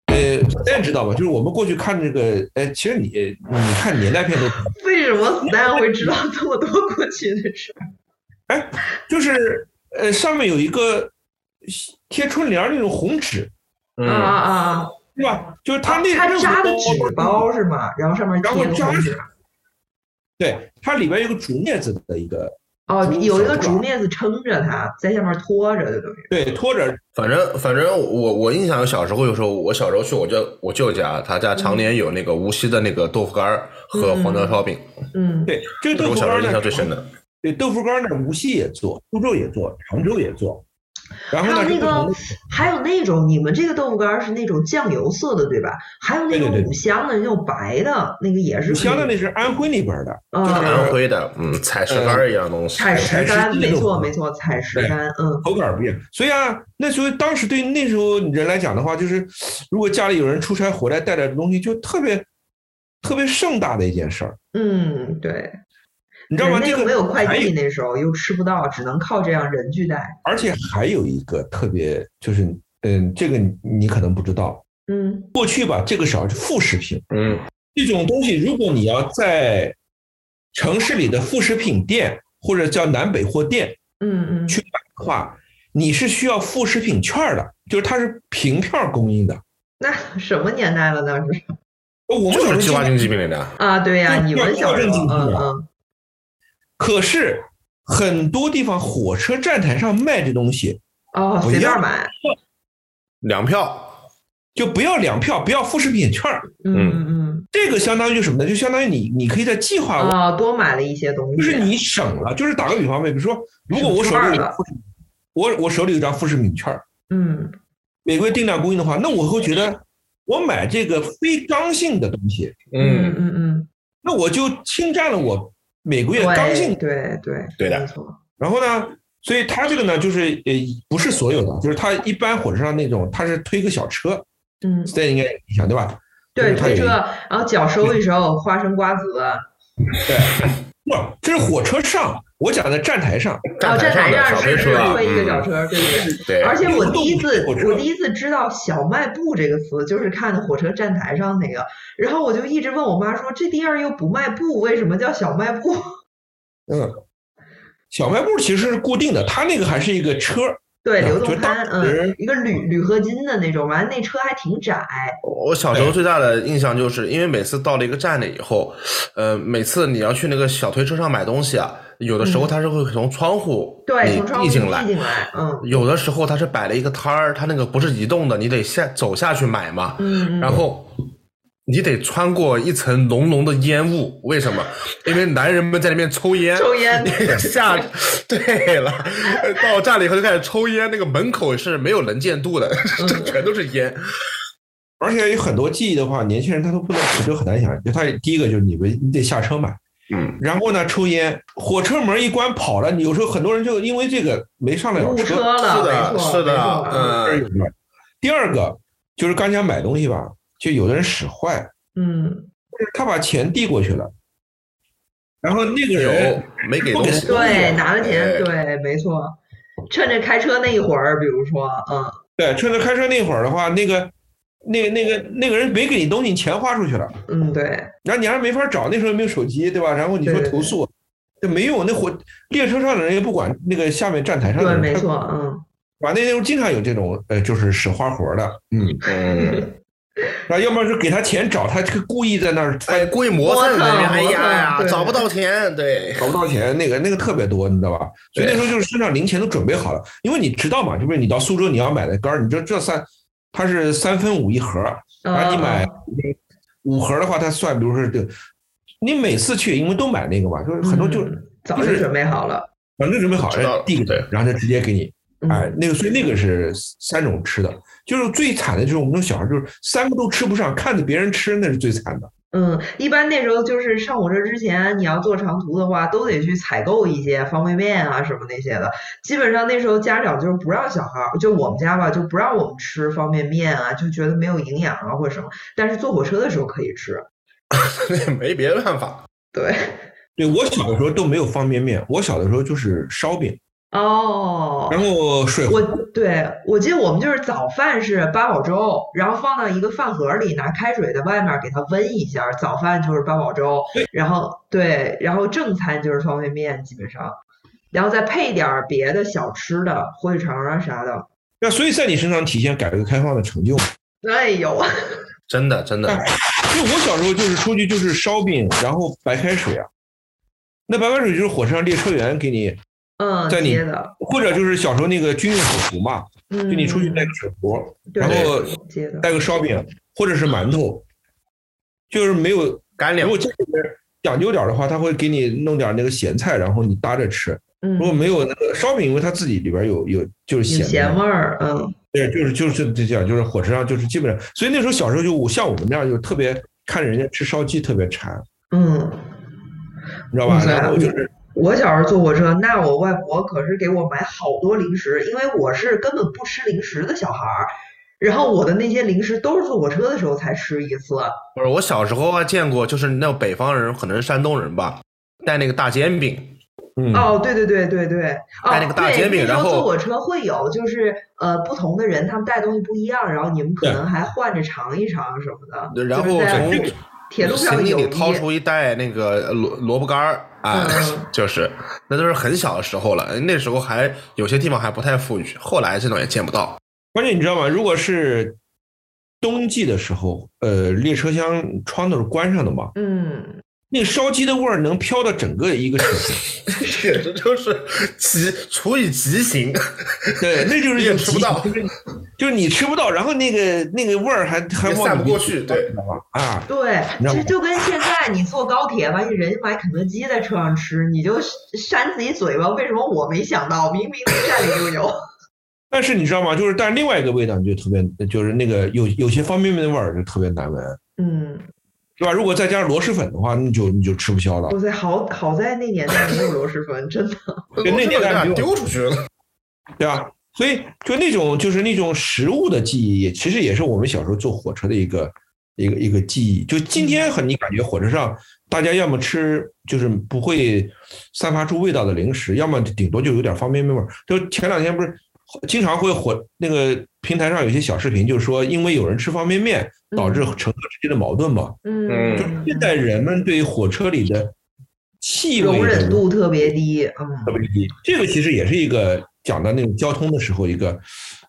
C: 呃，大家知道吧？就是我们过去看这个，呃，其实你你看年代片都
A: 为什么 Stan 会知道这么多过去的事儿？
C: 就是呃上面有一个贴春联儿那种红纸，
B: 嗯
A: 啊啊啊啊！
C: 对吧？就是他那
A: 哦它
C: 任何
A: 扎的
C: 包
A: 纸包是吗？然后上面
C: 然后
A: 贴个
C: 扎
A: 红
C: 上
A: 纸，
C: 对，它里边有个竹镊子的一个，
A: 哦，
C: 竹
A: 有一个
C: 手
A: 竹
C: 抓
A: 镊子撑着它，在下面托着，就等于
C: 对，拖着，
B: 反正反正我我印象小时候有时候我小时候去我舅我舅家，他家常年有那个无锡的那个豆腐干儿和黄椒烧饼，
A: 嗯，
C: 对，这个
B: 这是
C: 豆
B: 我
C: 腐
B: 小
C: 干
B: 时候
C: 儿
B: 印象最深
C: 呢，
B: 的。
C: 对，豆腐干儿呢，无锡也做，苏州也做，常州也做，然后呢
A: 还有
C: 是
A: 那
C: 不同
A: 个
C: 的，
A: 还有那种你们这个豆腐干儿是那种酱油色的，对吧？还有那
C: 对对
A: 种
C: 对
A: 五香的，那种白的，那个也是
C: 五
A: 可
C: 香的
A: 以
C: 那是安徽那边儿的，
A: 啊，
B: 安徽的，嗯，采石干儿一样东西，
A: 采
C: 采
A: 石
C: 石
A: 干，
C: 鸡
A: 没
C: 那
A: 错
C: 种
A: 没错，采石
C: 对
A: 干，嗯
C: 口感儿不一样，所以啊，那时候当时对那时候人来讲的话，就是如果家里有人出差回来带点东西，就特别特别盛大的一件事儿，
A: 嗯，对，
C: 你知道吗？
A: 嗯那
C: 这
A: 个
C: 个
A: 没有快
C: 还
A: 递，那时候又吃不到，只能靠这样人去带，
C: 而且还有一个特别就是，嗯，这个你你可能不知道，
A: 嗯
C: 过去吧，这个少是副食品。
B: 嗯，
C: 这种东西，如果你要在城市里的副食品店或者叫南北货店
A: 嗯嗯，
C: 去买的话，你是需要副食品券儿的，就是它是凭票供应的。
A: 那 什么年代了那是？
C: 我们
B: 就
C: 小时
B: 是
C: 候
B: 计划经济命令的。
A: 啊，对呀、
C: 对
A: 你们小时
C: 要
A: 候，
C: 要
A: 嗯
C: 认
A: 嗯，
C: 可是很多地方火车站台上卖这东西，
A: 哦，
C: 不
A: 随
C: 要
A: 便买，
B: 粮票，
C: 就不要粮票，不要副食品券儿，
A: 嗯嗯嗯，
C: 这个相当于就是什么呢？就相当于你你可以在计划外，
A: 啊，多买了一些东西，啊
C: 就是你省了。就是打个比方呗，比如说，如果我手
A: 省券
C: 里有
A: 了
C: 副食品我我手里有张副食品券儿，
A: 嗯
C: 每个月定量供应的话，那我会觉得我买这个非刚性的东西，
A: 嗯，嗯嗯，
C: 那我就侵占了我每个月
A: 对
C: 刚性。
A: 对对
B: 对的
A: 没错，
C: 然后呢，所以它这个呢，就是呃不是所有的，就是它一般火车上那种，它是推个小车，
A: 嗯，
C: 这应该有印象对吧？
A: 对，
C: 就是它
A: 推
C: 有一
A: 车，然后脚收一收，花生瓜子，
C: 不，这是火车上，我讲的站台上，
A: 然后
B: 站
A: 站台
B: 台的
A: 上
B: 小
A: 是
B: 推
A: 是
B: 车啊，
A: 推一个小
B: 嗯
A: 车，对对对。
B: 对，
A: 而且我第一次，
C: 流动
A: 我第一次知道“小卖部”这个词，就是看火车站台上那个。然后我就一直问我妈说：“这地儿又不卖布，为什么叫小卖部
C: 嗯，小卖部其实是固定的，它那个还是一个车，？”
A: 对，
C: 对
A: 流
C: 就
A: 动
C: 是
A: 摊，
C: 当时
A: 嗯，一个铝铝合金的那种，完了那车还挺窄，
B: 我小时候
C: 对
B: 最大的印象就是，因为每次到了一个站了以后，呃，每次你要去那个小推车上买东西啊，有的时候
A: 嗯
B: 它是会从窗户
A: 对，
B: 里
A: 从窗户
B: 递进
A: 递
B: 来，
A: 进来，嗯
B: 有的时候它是摆了一个摊儿，它那个不是移动的，你得下走下去买嘛，
A: 嗯嗯，
B: 然后。你得穿过一层浓浓的烟雾，为什么？因为男人们在那边抽烟，
A: 抽 烟
B: 下对了，到站了以后就开始抽烟，那个门口是没有能见度的，
A: 嗯
B: 这全都是烟。
C: 而且有很多记忆的话，年轻人他都不能，就很难想。就他第一个就是你们，你得下车买，
B: 嗯，
C: 然后呢抽烟，火车门一关跑了，你有时候很多人就因为这个没上得了
A: 误
C: 车。
A: 车
B: 是
A: 了，
B: 的，
A: 没错，
B: 是
A: 没
B: 的
A: 错，
C: 这
B: 嗯，
C: 是有的第二个就是刚讲买东西吧，就有的人使坏，
A: 嗯，
C: 就是他把钱递过去了，然后那个人
B: 有没给东西？
A: 对，拿了
B: 哎
A: 钱，对，没错。趁着开车那一会儿，比如说，嗯，
C: 对，趁着开车那会儿的话，那个那那个那个人没给你东西，你钱花出去了，
A: 嗯，对，
C: 然后你还没法找，那时候也没有手机，对吧？然后你说
A: 对对对
C: 投诉，这没用，那火列车上的人也不管那个下面站台上的
A: 对，
C: 人，
A: 没
C: 他
A: 错，嗯，
C: 吧？那时候经常有这种呃，就是使花活的，嗯，
B: 嗯，
C: 然后要不然就给他钱找他，这个故意在那儿
B: 哎，故意磨蹭人家，哎
A: 磨蹭，
B: 呀
A: 对
B: 找不到钱，对，
C: 找不到钱，那个那个特别多，你知道吧？所以
B: 对
C: 那时候就是身上零钱都准备好了，因为你知道嘛，就是你到苏州你要买的干儿，你知道这三它是三分五一盒儿，然
B: 嗯
C: 后你买
A: 呃
C: 五盒儿的话，它算，比如说这个，你每次去因为都买那个嘛，就是
A: 嗯
C: 很多就
A: 嗯早就准备好了，
C: 反正准备好
B: 知道
C: 了
B: 了，
C: 递给
B: 对
C: 你，然后他直接给你，
A: 嗯
C: 哎，那个所以那个是三种吃的，就是最惨的就是我们这种小孩儿就是三个都吃不上，看着别人吃那是最惨的。
A: 嗯，一般那时候就是上火车之前，你要坐长途的话，都得去采购一些方便面啊什么那些的。基本上那时候家长就是不让小孩儿，就我们家吧，就不让我们吃方便面啊，就觉得没有营养啊或者什么。但是坐火车的时候可以吃，
B: 没别的办法。
A: 对。
C: 对我小的时候都没有方便面，我小的时候就是烧饼，
A: 哦，
C: 然后水
A: 我对我记得我们就是早饭是八宝粥，然后放到一个饭盒里，拿开水在外面给它温一下。早饭就是八宝粥，然后对，然后正餐就是方便面，基本上，然后再配点儿别的小吃的，火腿肠啊啥的。
C: 那所以在你身上体现改革开放的成就嘛。
A: 哎呦，
B: 真的，真的，
C: 因为我小时候就是出去就是烧饼，然后白开水啊。那白开水就是火车上列车员给你，
A: 嗯，
C: 在你
A: 接的，
C: 或者就是小时候那个军用手服嘛，
A: 嗯，
C: 就你出去带个水壶，
A: 对，
C: 然后
A: 接的，
C: 带个烧饼，或者是馒头，就是没有。
B: 干
C: 如
B: 粮
C: 果家里边讲究点儿的话，他会给你弄点儿那个咸菜，然后你搭着吃。
A: 嗯
C: 如，果没有那个烧饼，因为它自己里边有有就
A: 有
C: 是咸的
A: 咸味儿，嗯
C: 对，就是就是这样，就是火车上就是基本上，所以那时候小时候就我像我们这样就特别看人家吃烧鸡特别馋，
A: 嗯。
C: 你知道吧
B: 嗯
A: 哇？塞
C: 然
B: 啊
C: 后就是
A: 我小时候坐火车，那我外婆可是给我买好多零食，因为我是根本不吃零食的小孩儿。然后我的那些零食都是坐火车的时候才吃一次。
B: 不是我小时候还见过，就是那种北方人，可能是山东人吧，带那个大煎饼，
C: 嗯，
A: 哦，对对对对对，哦，
B: 带那个大
A: 对
B: 煎饼
A: 那时
B: 然
A: 候
B: 后
A: 坐火车会有，就是呃不同的人他们带东西不一样，然后你们可
C: 对
A: 能还换着尝一尝什么的。
B: 然后
A: 就是在
B: 从
A: 铁路上
B: 行
A: 的
B: 李
A: 友
B: 里
A: 谊，
B: 掏出一袋那个呃萝萝卜干儿啊
A: 嗯，
B: 就是那都是很小的时候了，那时候还有些地方还不太富裕，后来这种也见不到。
C: 关键你知道吗？如果是冬季的时候，呃，列车厢窗都是关上的嘛，
A: 嗯，
C: 那个烧鸡的味儿能飘到整个一个城市。
B: 简直就是极除以极刑，
C: 对，那就是
B: 你也吃不到
C: 就是就是你吃不到，然后那个那个味儿还还
B: 也
C: 往
B: 散
C: 你
B: 不过
C: 鼻子
B: 去
C: 里
B: 对
C: 知道吧啊，
A: 对，
C: 那
A: 这
C: 我
A: 就跟现在你坐高铁，完你人买肯德基在车上吃，你就扇自己嘴巴。为什么我没想到？明明站里就有。
C: 但是你知道吗？就是但另外一个味道你就特别，就是那个有有些方便面的味儿就特别难闻，
A: 嗯，
C: 是吧？如果再加上螺蛳粉的话，那就你就吃不消了
A: 哇。塞，好好在那年代没有螺蛳粉，真的。
B: 我
C: 对那
B: 这
C: 天
B: 个
C: 感觉
B: 丢出去了。
C: 对吧？所以就那种就是那种食物的记忆，其实也是我们小时候坐火车的一个一个一个记忆。就今天很，你感觉火车上大家要么吃就是不会散发出味道的零食，要么顶多就有点方便面味儿。就前两天不是经常会火那个平台上有些小视频，就是说因为有人吃方便面
A: 嗯
C: 导致乘客之间的矛盾嘛。
B: 嗯
C: 就现在人们对于火车里的气味
A: 容
C: 的
A: 忍度特别低，
C: 特
A: 嗯，
C: 别低。这个其实也是一个讲到那种交通的时候，一个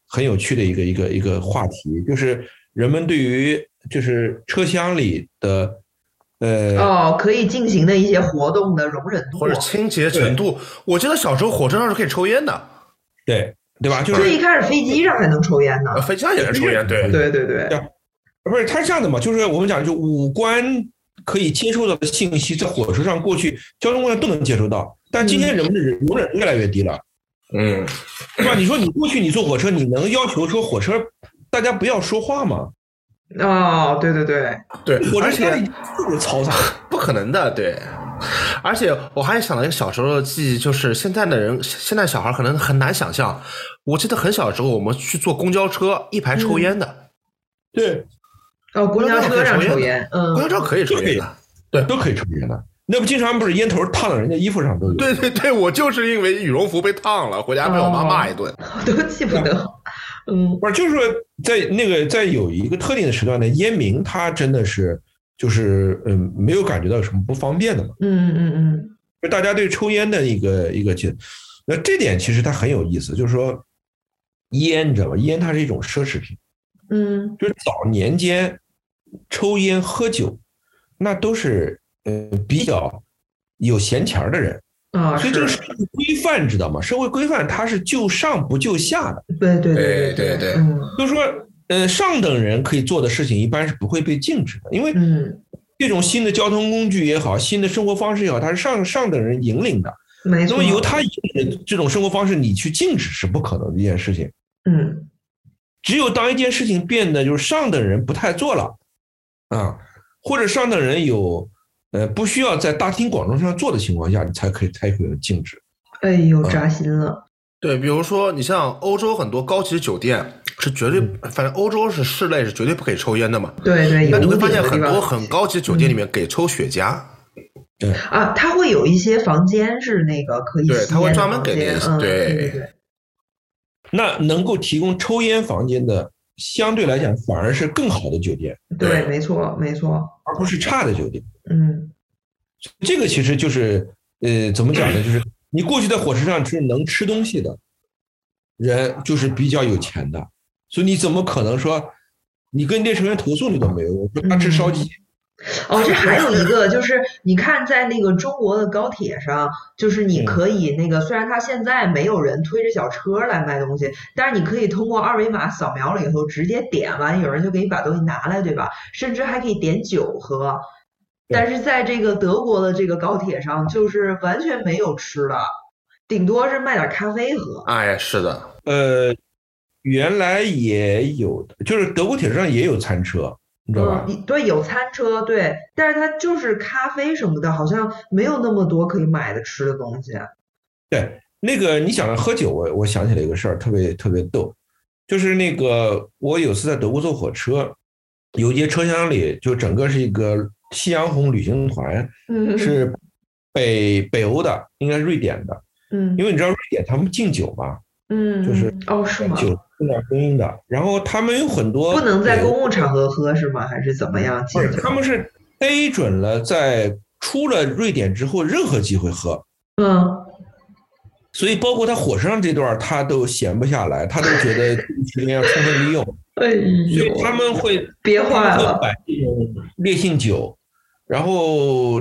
C: 很有趣的一个一个一个话题，就是人们对于就是车厢里的呃，
A: 哦，可以进行的一些活动的容忍度，
B: 或者清洁程度，我记得小时候火车上是可以抽烟的，
C: 对对吧？就
A: 所以
C: 是
A: 一开始飞机上才能抽 烟呢。
B: 呃飞机上也能抽烟，对，
A: 对对对，
C: 不是它是这样的嘛？就是我们讲，就五官可以接受到的信息，在火车上过去交通工具上都能接收到，但今天人们的忍容忍度越来越低了，
B: 嗯，
C: 对吧？你说你过去你坐火车，你能要求说火车大家不要说话吗？
A: 哦，对对对，
B: 对，
C: 火车
B: 而且
C: 厢里特别嘈杂，
B: 不可能的，对。而且我还想了一个小时候的记忆，就是现在的人，现在小孩可能很难想象。我记得很小时候，我们去坐公交车，一排抽烟的，
C: 对，
A: 哦，公交车上抽烟，嗯
B: 公，交车可以抽烟的。
C: 都可以抽烟的。那不经常不是烟头烫到人家衣服上都有？
B: 对对对，我就是因为羽绒服被烫了，回家被我妈骂一顿。
A: 我 都记不
B: 啊
A: 得，嗯
C: 不是就是说在那个在有一个特定的时段呢，烟民他真的是就是嗯没有感觉到有什么不方便的嘛，
A: 嗯嗯嗯，
C: 就大家对抽烟的一个一个解，那这点其实它很有意思，就是说烟你知道吧，烟它是一种奢侈品，
A: 嗯，
C: 就是早年间抽烟喝酒那都是嗯比较有闲钱儿的人，
A: 啊，
C: 所以这个社会规范知道吗？社会规范它是就上不就下的。
A: 对对对嗯
C: 就是说，呃，上等人可以做的事情一般是不会被禁止的，因为
A: 嗯，
C: 这种新的交通工具也好，新的生活方式也好，它是上上等人引领的。
A: 没
C: 那
A: 错
C: 么，由他引领的这种生活方式，你去禁止是不可能的一件事情。
A: 嗯
C: 只有当一件事情变得就是上等人不太做了，啊，或者上等人有呃不需要在大庭广众上做的情况下，你才可以才可以禁止。
A: 哎呦，扎心了，
B: 对，比如说你像欧洲很多高级酒店是绝对，反正欧洲是室内是绝对不可以抽烟的嘛。
A: 对对，
B: 嗯
A: 嗯
B: 那
A: 哎有
B: 你会
A: 屋顶
B: 发
A: 的
B: 现
A: 地
B: 很
A: 方嗯
B: 多很高级酒店里面给抽雪茄，
A: 啊，它会有一些房间是那个可以吸
B: 对
A: 烟的
B: 它会专门给
A: 房间
B: 那些
A: 嗯
B: 对
A: 对对，
C: 那能够提供抽烟房间的，相对来讲反而是更好的酒店，
A: 对
B: 对
A: 没错没错，
C: 而不是差的酒店。
A: 嗯
C: 这个其实就是呃，怎么讲呢？就是你过去在火车上是能吃东西的人，就是比较有钱的，所以你怎么可能说你跟列车员投诉你都没有用？说他吃烧鸡，
A: 哦， 这还有一个就是，你看在那个中国的高铁上，就是你
C: 嗯
A: 可以那个，虽然它现在没有人推着小车来卖东西，但是你可以通过二维码扫描了以后直接点完，有人就给你把东西拿来，对吧？甚至还可以点酒喝。
C: 对
A: 但是在这个德国的这个高铁上，就是完全没有吃的，顶多是卖点咖啡喝。
B: 哎，是的，
C: 呃，原来也有的，就是德国铁车上也有餐车，你知道吧？
A: 嗯，对，有餐车，对，但是它就是咖啡什么的，好像没有那么多可以买的吃的东西。
C: 对，那个你想着喝酒，我我想起来一个事儿，特别特别逗，就是那个我有次在德国坐火车，有一节车厢里就整个是一个夕阳红旅行团，
A: 嗯，
C: 是北北欧的，应该是瑞典的，
A: 嗯，
C: 因为你知道瑞典他们禁酒嘛，
A: 嗯，
C: 就是
A: 嗯哦，是吗？
C: 酒是要供应的，然后他们有很多
A: 不能在
C: 北欧
A: 公共场合喝是吗？还是怎么样？
C: 不是，他们是逮准了在出了瑞典之后任何机会喝，
A: 嗯，
C: 所以包括他火车上这段儿，他都闲不下来，他都觉得这个时间要充分利用。
A: 哎
C: 所以
A: 呦，
C: 他们会
A: 憋坏
C: 他们会
A: 了，
C: 摆这种烈性酒，然后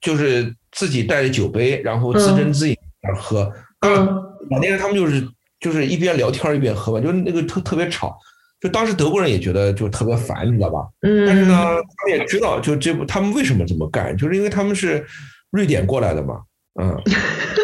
C: 就是自己带着酒杯，然后自斟自饮而喝。当然，
A: 嗯
C: 老年人他们就是就是一边聊天一边喝吧，就是那个特特别吵。就当时德国人也觉得就特别烦，你知道吧？但是呢，
A: 嗯，
C: 他们也知道，就这不他们为什么这么干，就是因为他们是瑞典过来的嘛。嗯，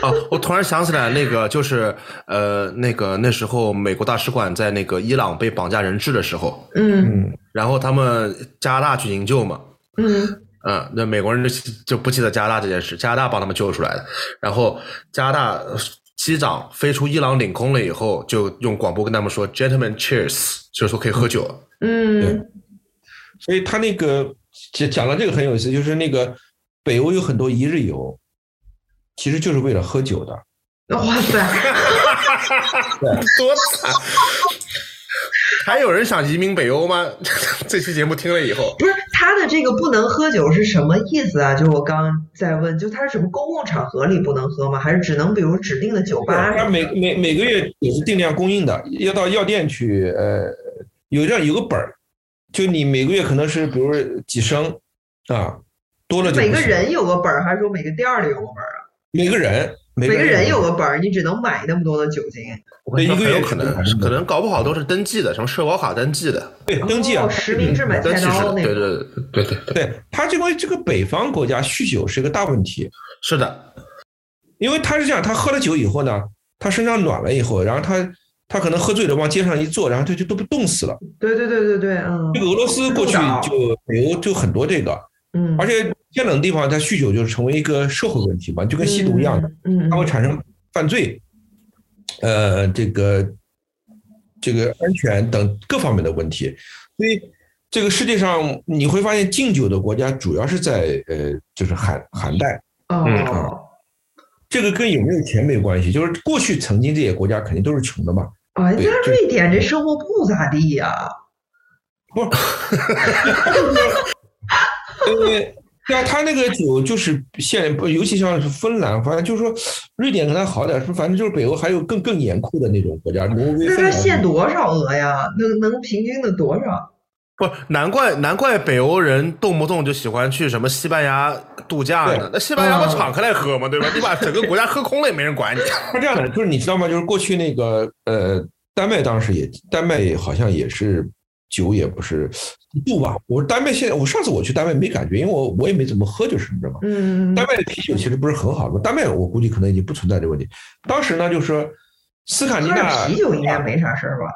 B: 啊，我突然想起来，那个就是呃，那个那时候美国大使馆在那个伊朗被绑架人质的时候，
A: 嗯
B: 然后他们加拿大去营救嘛，
A: 嗯
B: 嗯，那美国人就就不记得加拿大这件事，加拿大帮他们救出来的。然后加拿大机长飞出伊朗领空了以后，就用广播跟他们说 “Gentlemen, cheers”，就是说可以喝酒。
A: 嗯
C: 所以他那个讲讲了这个很有意思，就是那个北欧有很多一日游，其实就是为了喝酒的。
A: 嗯，哇塞，
B: 多惨！还有人想移民北欧吗？ 这期节目听了以后，
A: 不是他的这个不能喝酒是什么意思啊？就是我刚刚在问，就他是什么公共场合里不能喝吗？还是只能比如指定的酒吧？
C: 啊他每每每个月也是定量供应的，要到药店去，呃，有这样有个本儿，就你每个月可能是比如说几升啊，多了就不
A: 每个
C: 行
A: 人有个本儿，还是说每个店儿里有个本儿啊？
C: 每个人每
A: 每个人有
C: 个
A: 个本儿，你只能买那么多的酒精。
C: 对一个
B: 很有
C: 月
B: 可能
C: 是，
B: 可能搞不好都是登记的，什么社保卡登记的，
C: 对登记啊
A: 哦，实名制买
B: 登
A: 菜
B: 记是
A: 刀
B: 的，
A: 那
B: 对
A: 个。
B: 对对对对，
C: 对他这关这个北方国家酗酒是一个大问题，
B: 是的，
C: 因为他是这样，他喝了酒以后呢，他身上暖了以后，然后他他可能喝醉了往街上一坐，然后他就都被冻死了。
A: 对对对对对，嗯
C: 这个俄罗斯过去就北欧就很多这个，
A: 嗯，
C: 而且天冷地方它酗酒就是成为一个社会问题嘛，就跟吸毒一样的，
A: 嗯，嗯，
C: 它会
A: 嗯
C: 产生犯罪，呃，这个这个安全等各方面的问题，所以。这个世界上你会发现，禁酒的国家主要是在呃，就是寒寒带，
B: 嗯
A: 哦，
C: 这个跟有没有钱没关系，就是过去曾经这些国家肯定都是穷的嘛，
A: 哎，
C: 对
A: 那
C: 这
A: 瑞典这生活不咋地呀。
C: 不是，呃，对啊，他那个酒就是现，不尤其像是芬兰，反正就是说瑞典可能好点，是反正就是北欧还有更更严酷的那种国家，挪
A: 那
C: 威、芬
A: 它
C: 兰。
A: 限多少额呀？能能平均的多少？
B: 不，难怪难怪北欧人动不动就喜欢去什么西班牙度假呢
C: 对。
B: 那西班牙
A: 嗯
B: 不敞开来喝吗？对吧？你把整个国家喝空了也没人管你。
C: 他这样的，就是你知道吗？就是过去那个呃，丹麦当时也，丹麦也好像也是酒也不是度吧。我说丹麦现在，我上次我去丹麦没感觉，因为我我也没怎么喝，就是你知道吗？
A: 嗯，
C: 丹麦的啤酒其实不是很好，丹麦我估计可能已经不存在这个问题。当时呢，就是说斯堪尼
A: 喝点
C: 纳
A: 啤酒应该没啥事儿吧？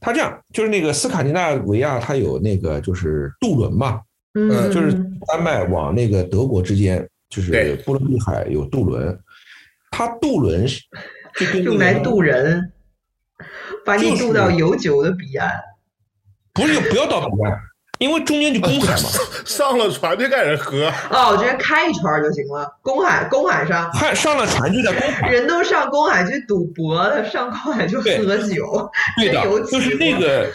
C: 他这样就是那个斯堪的纳维亚，它有那个就是渡轮嘛，
A: 嗯，
C: 就是
A: 嗯
C: 丹麦往那个德国之间，就
B: 对
C: 是波罗的海有渡轮，它渡轮是就跟那个
A: 用来渡人，把你
C: 就是
A: 渡到有酒的彼岸。
C: 不是不要到北岸，因为中间就 公海嘛，
B: 上了船就开始喝，
A: 哦，我觉得开一圈儿就行了。公海，公海上，
C: 汉上了船就在公海，
A: 人都上公海去赌博了，上公海就
C: 对
A: 喝酒。
C: 对的
A: 有，几
C: 就是那
A: 个
C: 个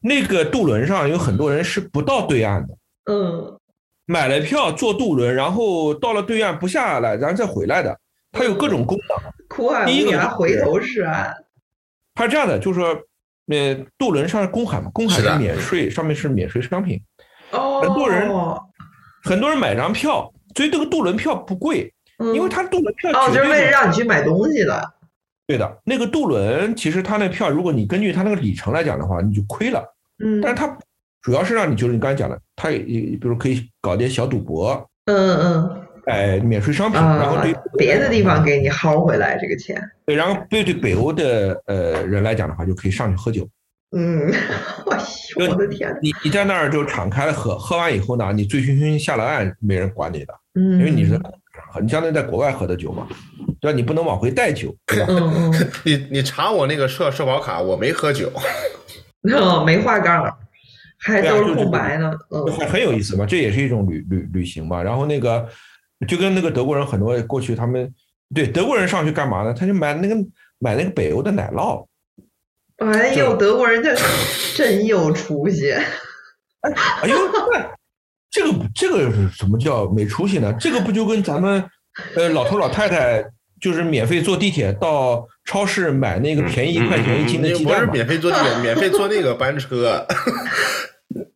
C: 那个渡轮上有很多人是不到对岸的。
A: 嗯，
C: 买了票坐渡轮，然后到了对岸不下来，然后再回来的。它有各种功能，
A: 苦海无
C: 第一个
A: 涯，
C: 是
A: 回头是岸。
C: 它是这样的，就是说，呃，渡轮上是公海嘛，公海
B: 是的
C: 是免税，上面是免税商品，
A: 哦，
C: 很多人很多人买张票，所以这个渡轮票不贵，
A: 嗯，
C: 因为它渡轮票
A: 哦，
C: 绝
A: 就是
C: 对
A: 为了
C: 是
A: 让你去买东西的。
C: 对的。那个渡轮其实它那票，如果你根据它那个里程来讲的话，你就亏了，
A: 嗯，
C: 但是它主要是让你就是你刚才讲的，它也比如可以搞点小赌博，
A: 嗯
C: 哎，免税商
A: 嗯
C: 品，然后
A: 啊
C: 对，
A: 别的地方给你薅回来这个钱。
C: 对，然后对对北欧的呃人来讲的话，就可以上去喝酒。
A: 嗯， 哎呦，我的天，
C: 你你在那儿就敞开了喝，喝完以后呢，你醉醺醺下了岸，没人管你的，
A: 嗯，
C: 因为你是你相当于在国外喝的酒嘛，对吧？你不能往回带酒，对吧？
A: 嗯
B: 你你查我那个社社保卡，我没喝酒。
A: 嗯，嗯，没画杠儿，还
C: 对啊
A: 都是
C: 就是
A: 空白呢。嗯
C: 很很有意思嘛，这也是一种旅旅旅行嘛。然后那个就跟那个德国人很多过去他们对德国人上去干嘛呢？他就买那个买那个北欧的奶酪，
A: 哎呦，
C: 就
A: 德国人这真有出息。
C: 哎呦，这个这个是什么叫没出息呢？这个不就跟咱们呃老头老太太就是免费坐地铁到超市买那个便宜
B: 嗯
C: 一块钱一斤的鸡
B: 不是
C: 蛋嘛。
B: 免费坐地铁，免费坐那个班车，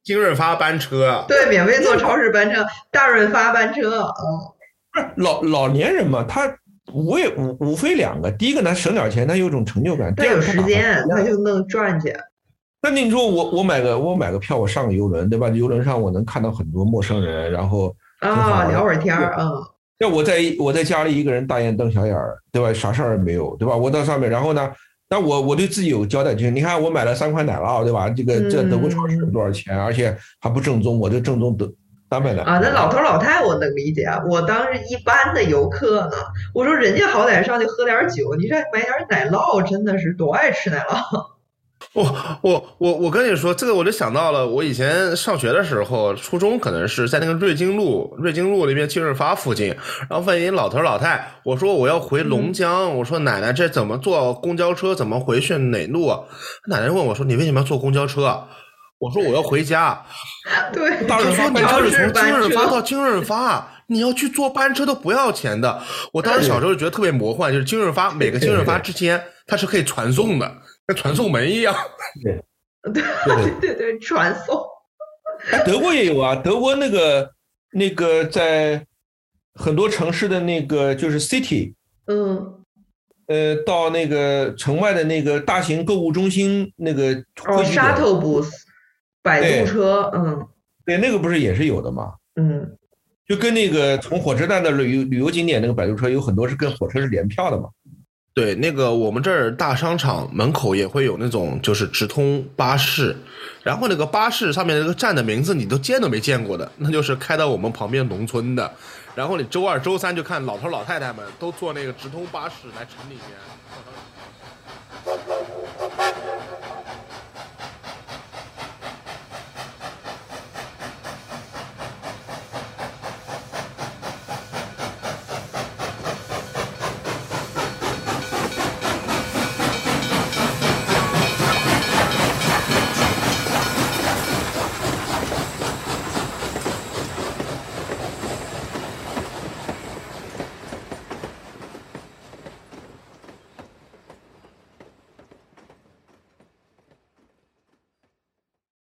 B: 金润发班车。
A: 对，免费坐超市班车、大润发班车，嗯，
C: 不是老老年人嘛，他我也无无非两个，第一个呢省点钱，他有种成就感；
A: 他
C: 第二
A: 有
C: 个他
A: 时
C: 打发
A: 间，他就能转去。
C: 那你说我我买个我买个票，我上个游轮，对吧？游轮上我能看到很多陌生人，然后挺好
A: 啊，
C: 的
A: 聊会儿天儿，嗯，
C: 那我在我在家里一个人大眼瞪小眼儿，对吧？啥事儿也没有，对吧？我到上面，然后呢，那我我对自己有交代，就是你看我买了三款奶酪，对吧？这
A: 嗯
C: 个这德国超市多少钱，而且还不正宗，我这正宗德丹麦奶酪
A: 啊，那老头老太我能理解，啊我当时一般的游客呢，我说人家好歹上去喝点酒，你这买点奶酪，真的是多爱吃奶酪。
B: 我我我我跟你说，这个我就想到了，我以前上学的时候，初中可能是在那个瑞金路，瑞金路那边金润发附近，然后问一老头老太，我说我要回龙
A: 嗯
B: 江，我说奶奶这怎么坐公交车，怎么回去哪路啊？奶奶问我说你为什么要坐公交车啊？我说我要回家。
A: 对，
C: 大
B: 他
C: 润
B: 说
C: 发
B: 你
C: 班
B: 要
A: 超
B: 是
A: 市
B: 从金
A: 班
B: 润发到
A: 车，
B: 金润发，你要去坐班车都不要钱的。我当时小时候就觉得特别魔幻，就是金润发每个金润发之间它是可以传送的，跟传送门一样。
C: 对对
A: 对对对，传送。
C: 哎，德国也有啊，德国那个那个在很多城市的那个就是 city，
A: 嗯，
C: 呃，到那个城外的那个大型购物中心那个
A: 哦
C: 汇聚点，
A: ，shuttle bus，摆渡
C: 对
A: 车，嗯
C: 对，那个不是也是有的吗？
A: 嗯，
C: 就跟那个从火车站的旅游旅游景点那个摆渡车有很多是跟火车是联票的嘛。
B: 对，那个我们这儿大商场门口也会有那种就是直通巴士，然后那个巴士上面那个站的名字你都见都没见过的，那就是开到我们旁边农村的。然后你周二、周三就看老头老太太们都坐那个直通巴士来城里面。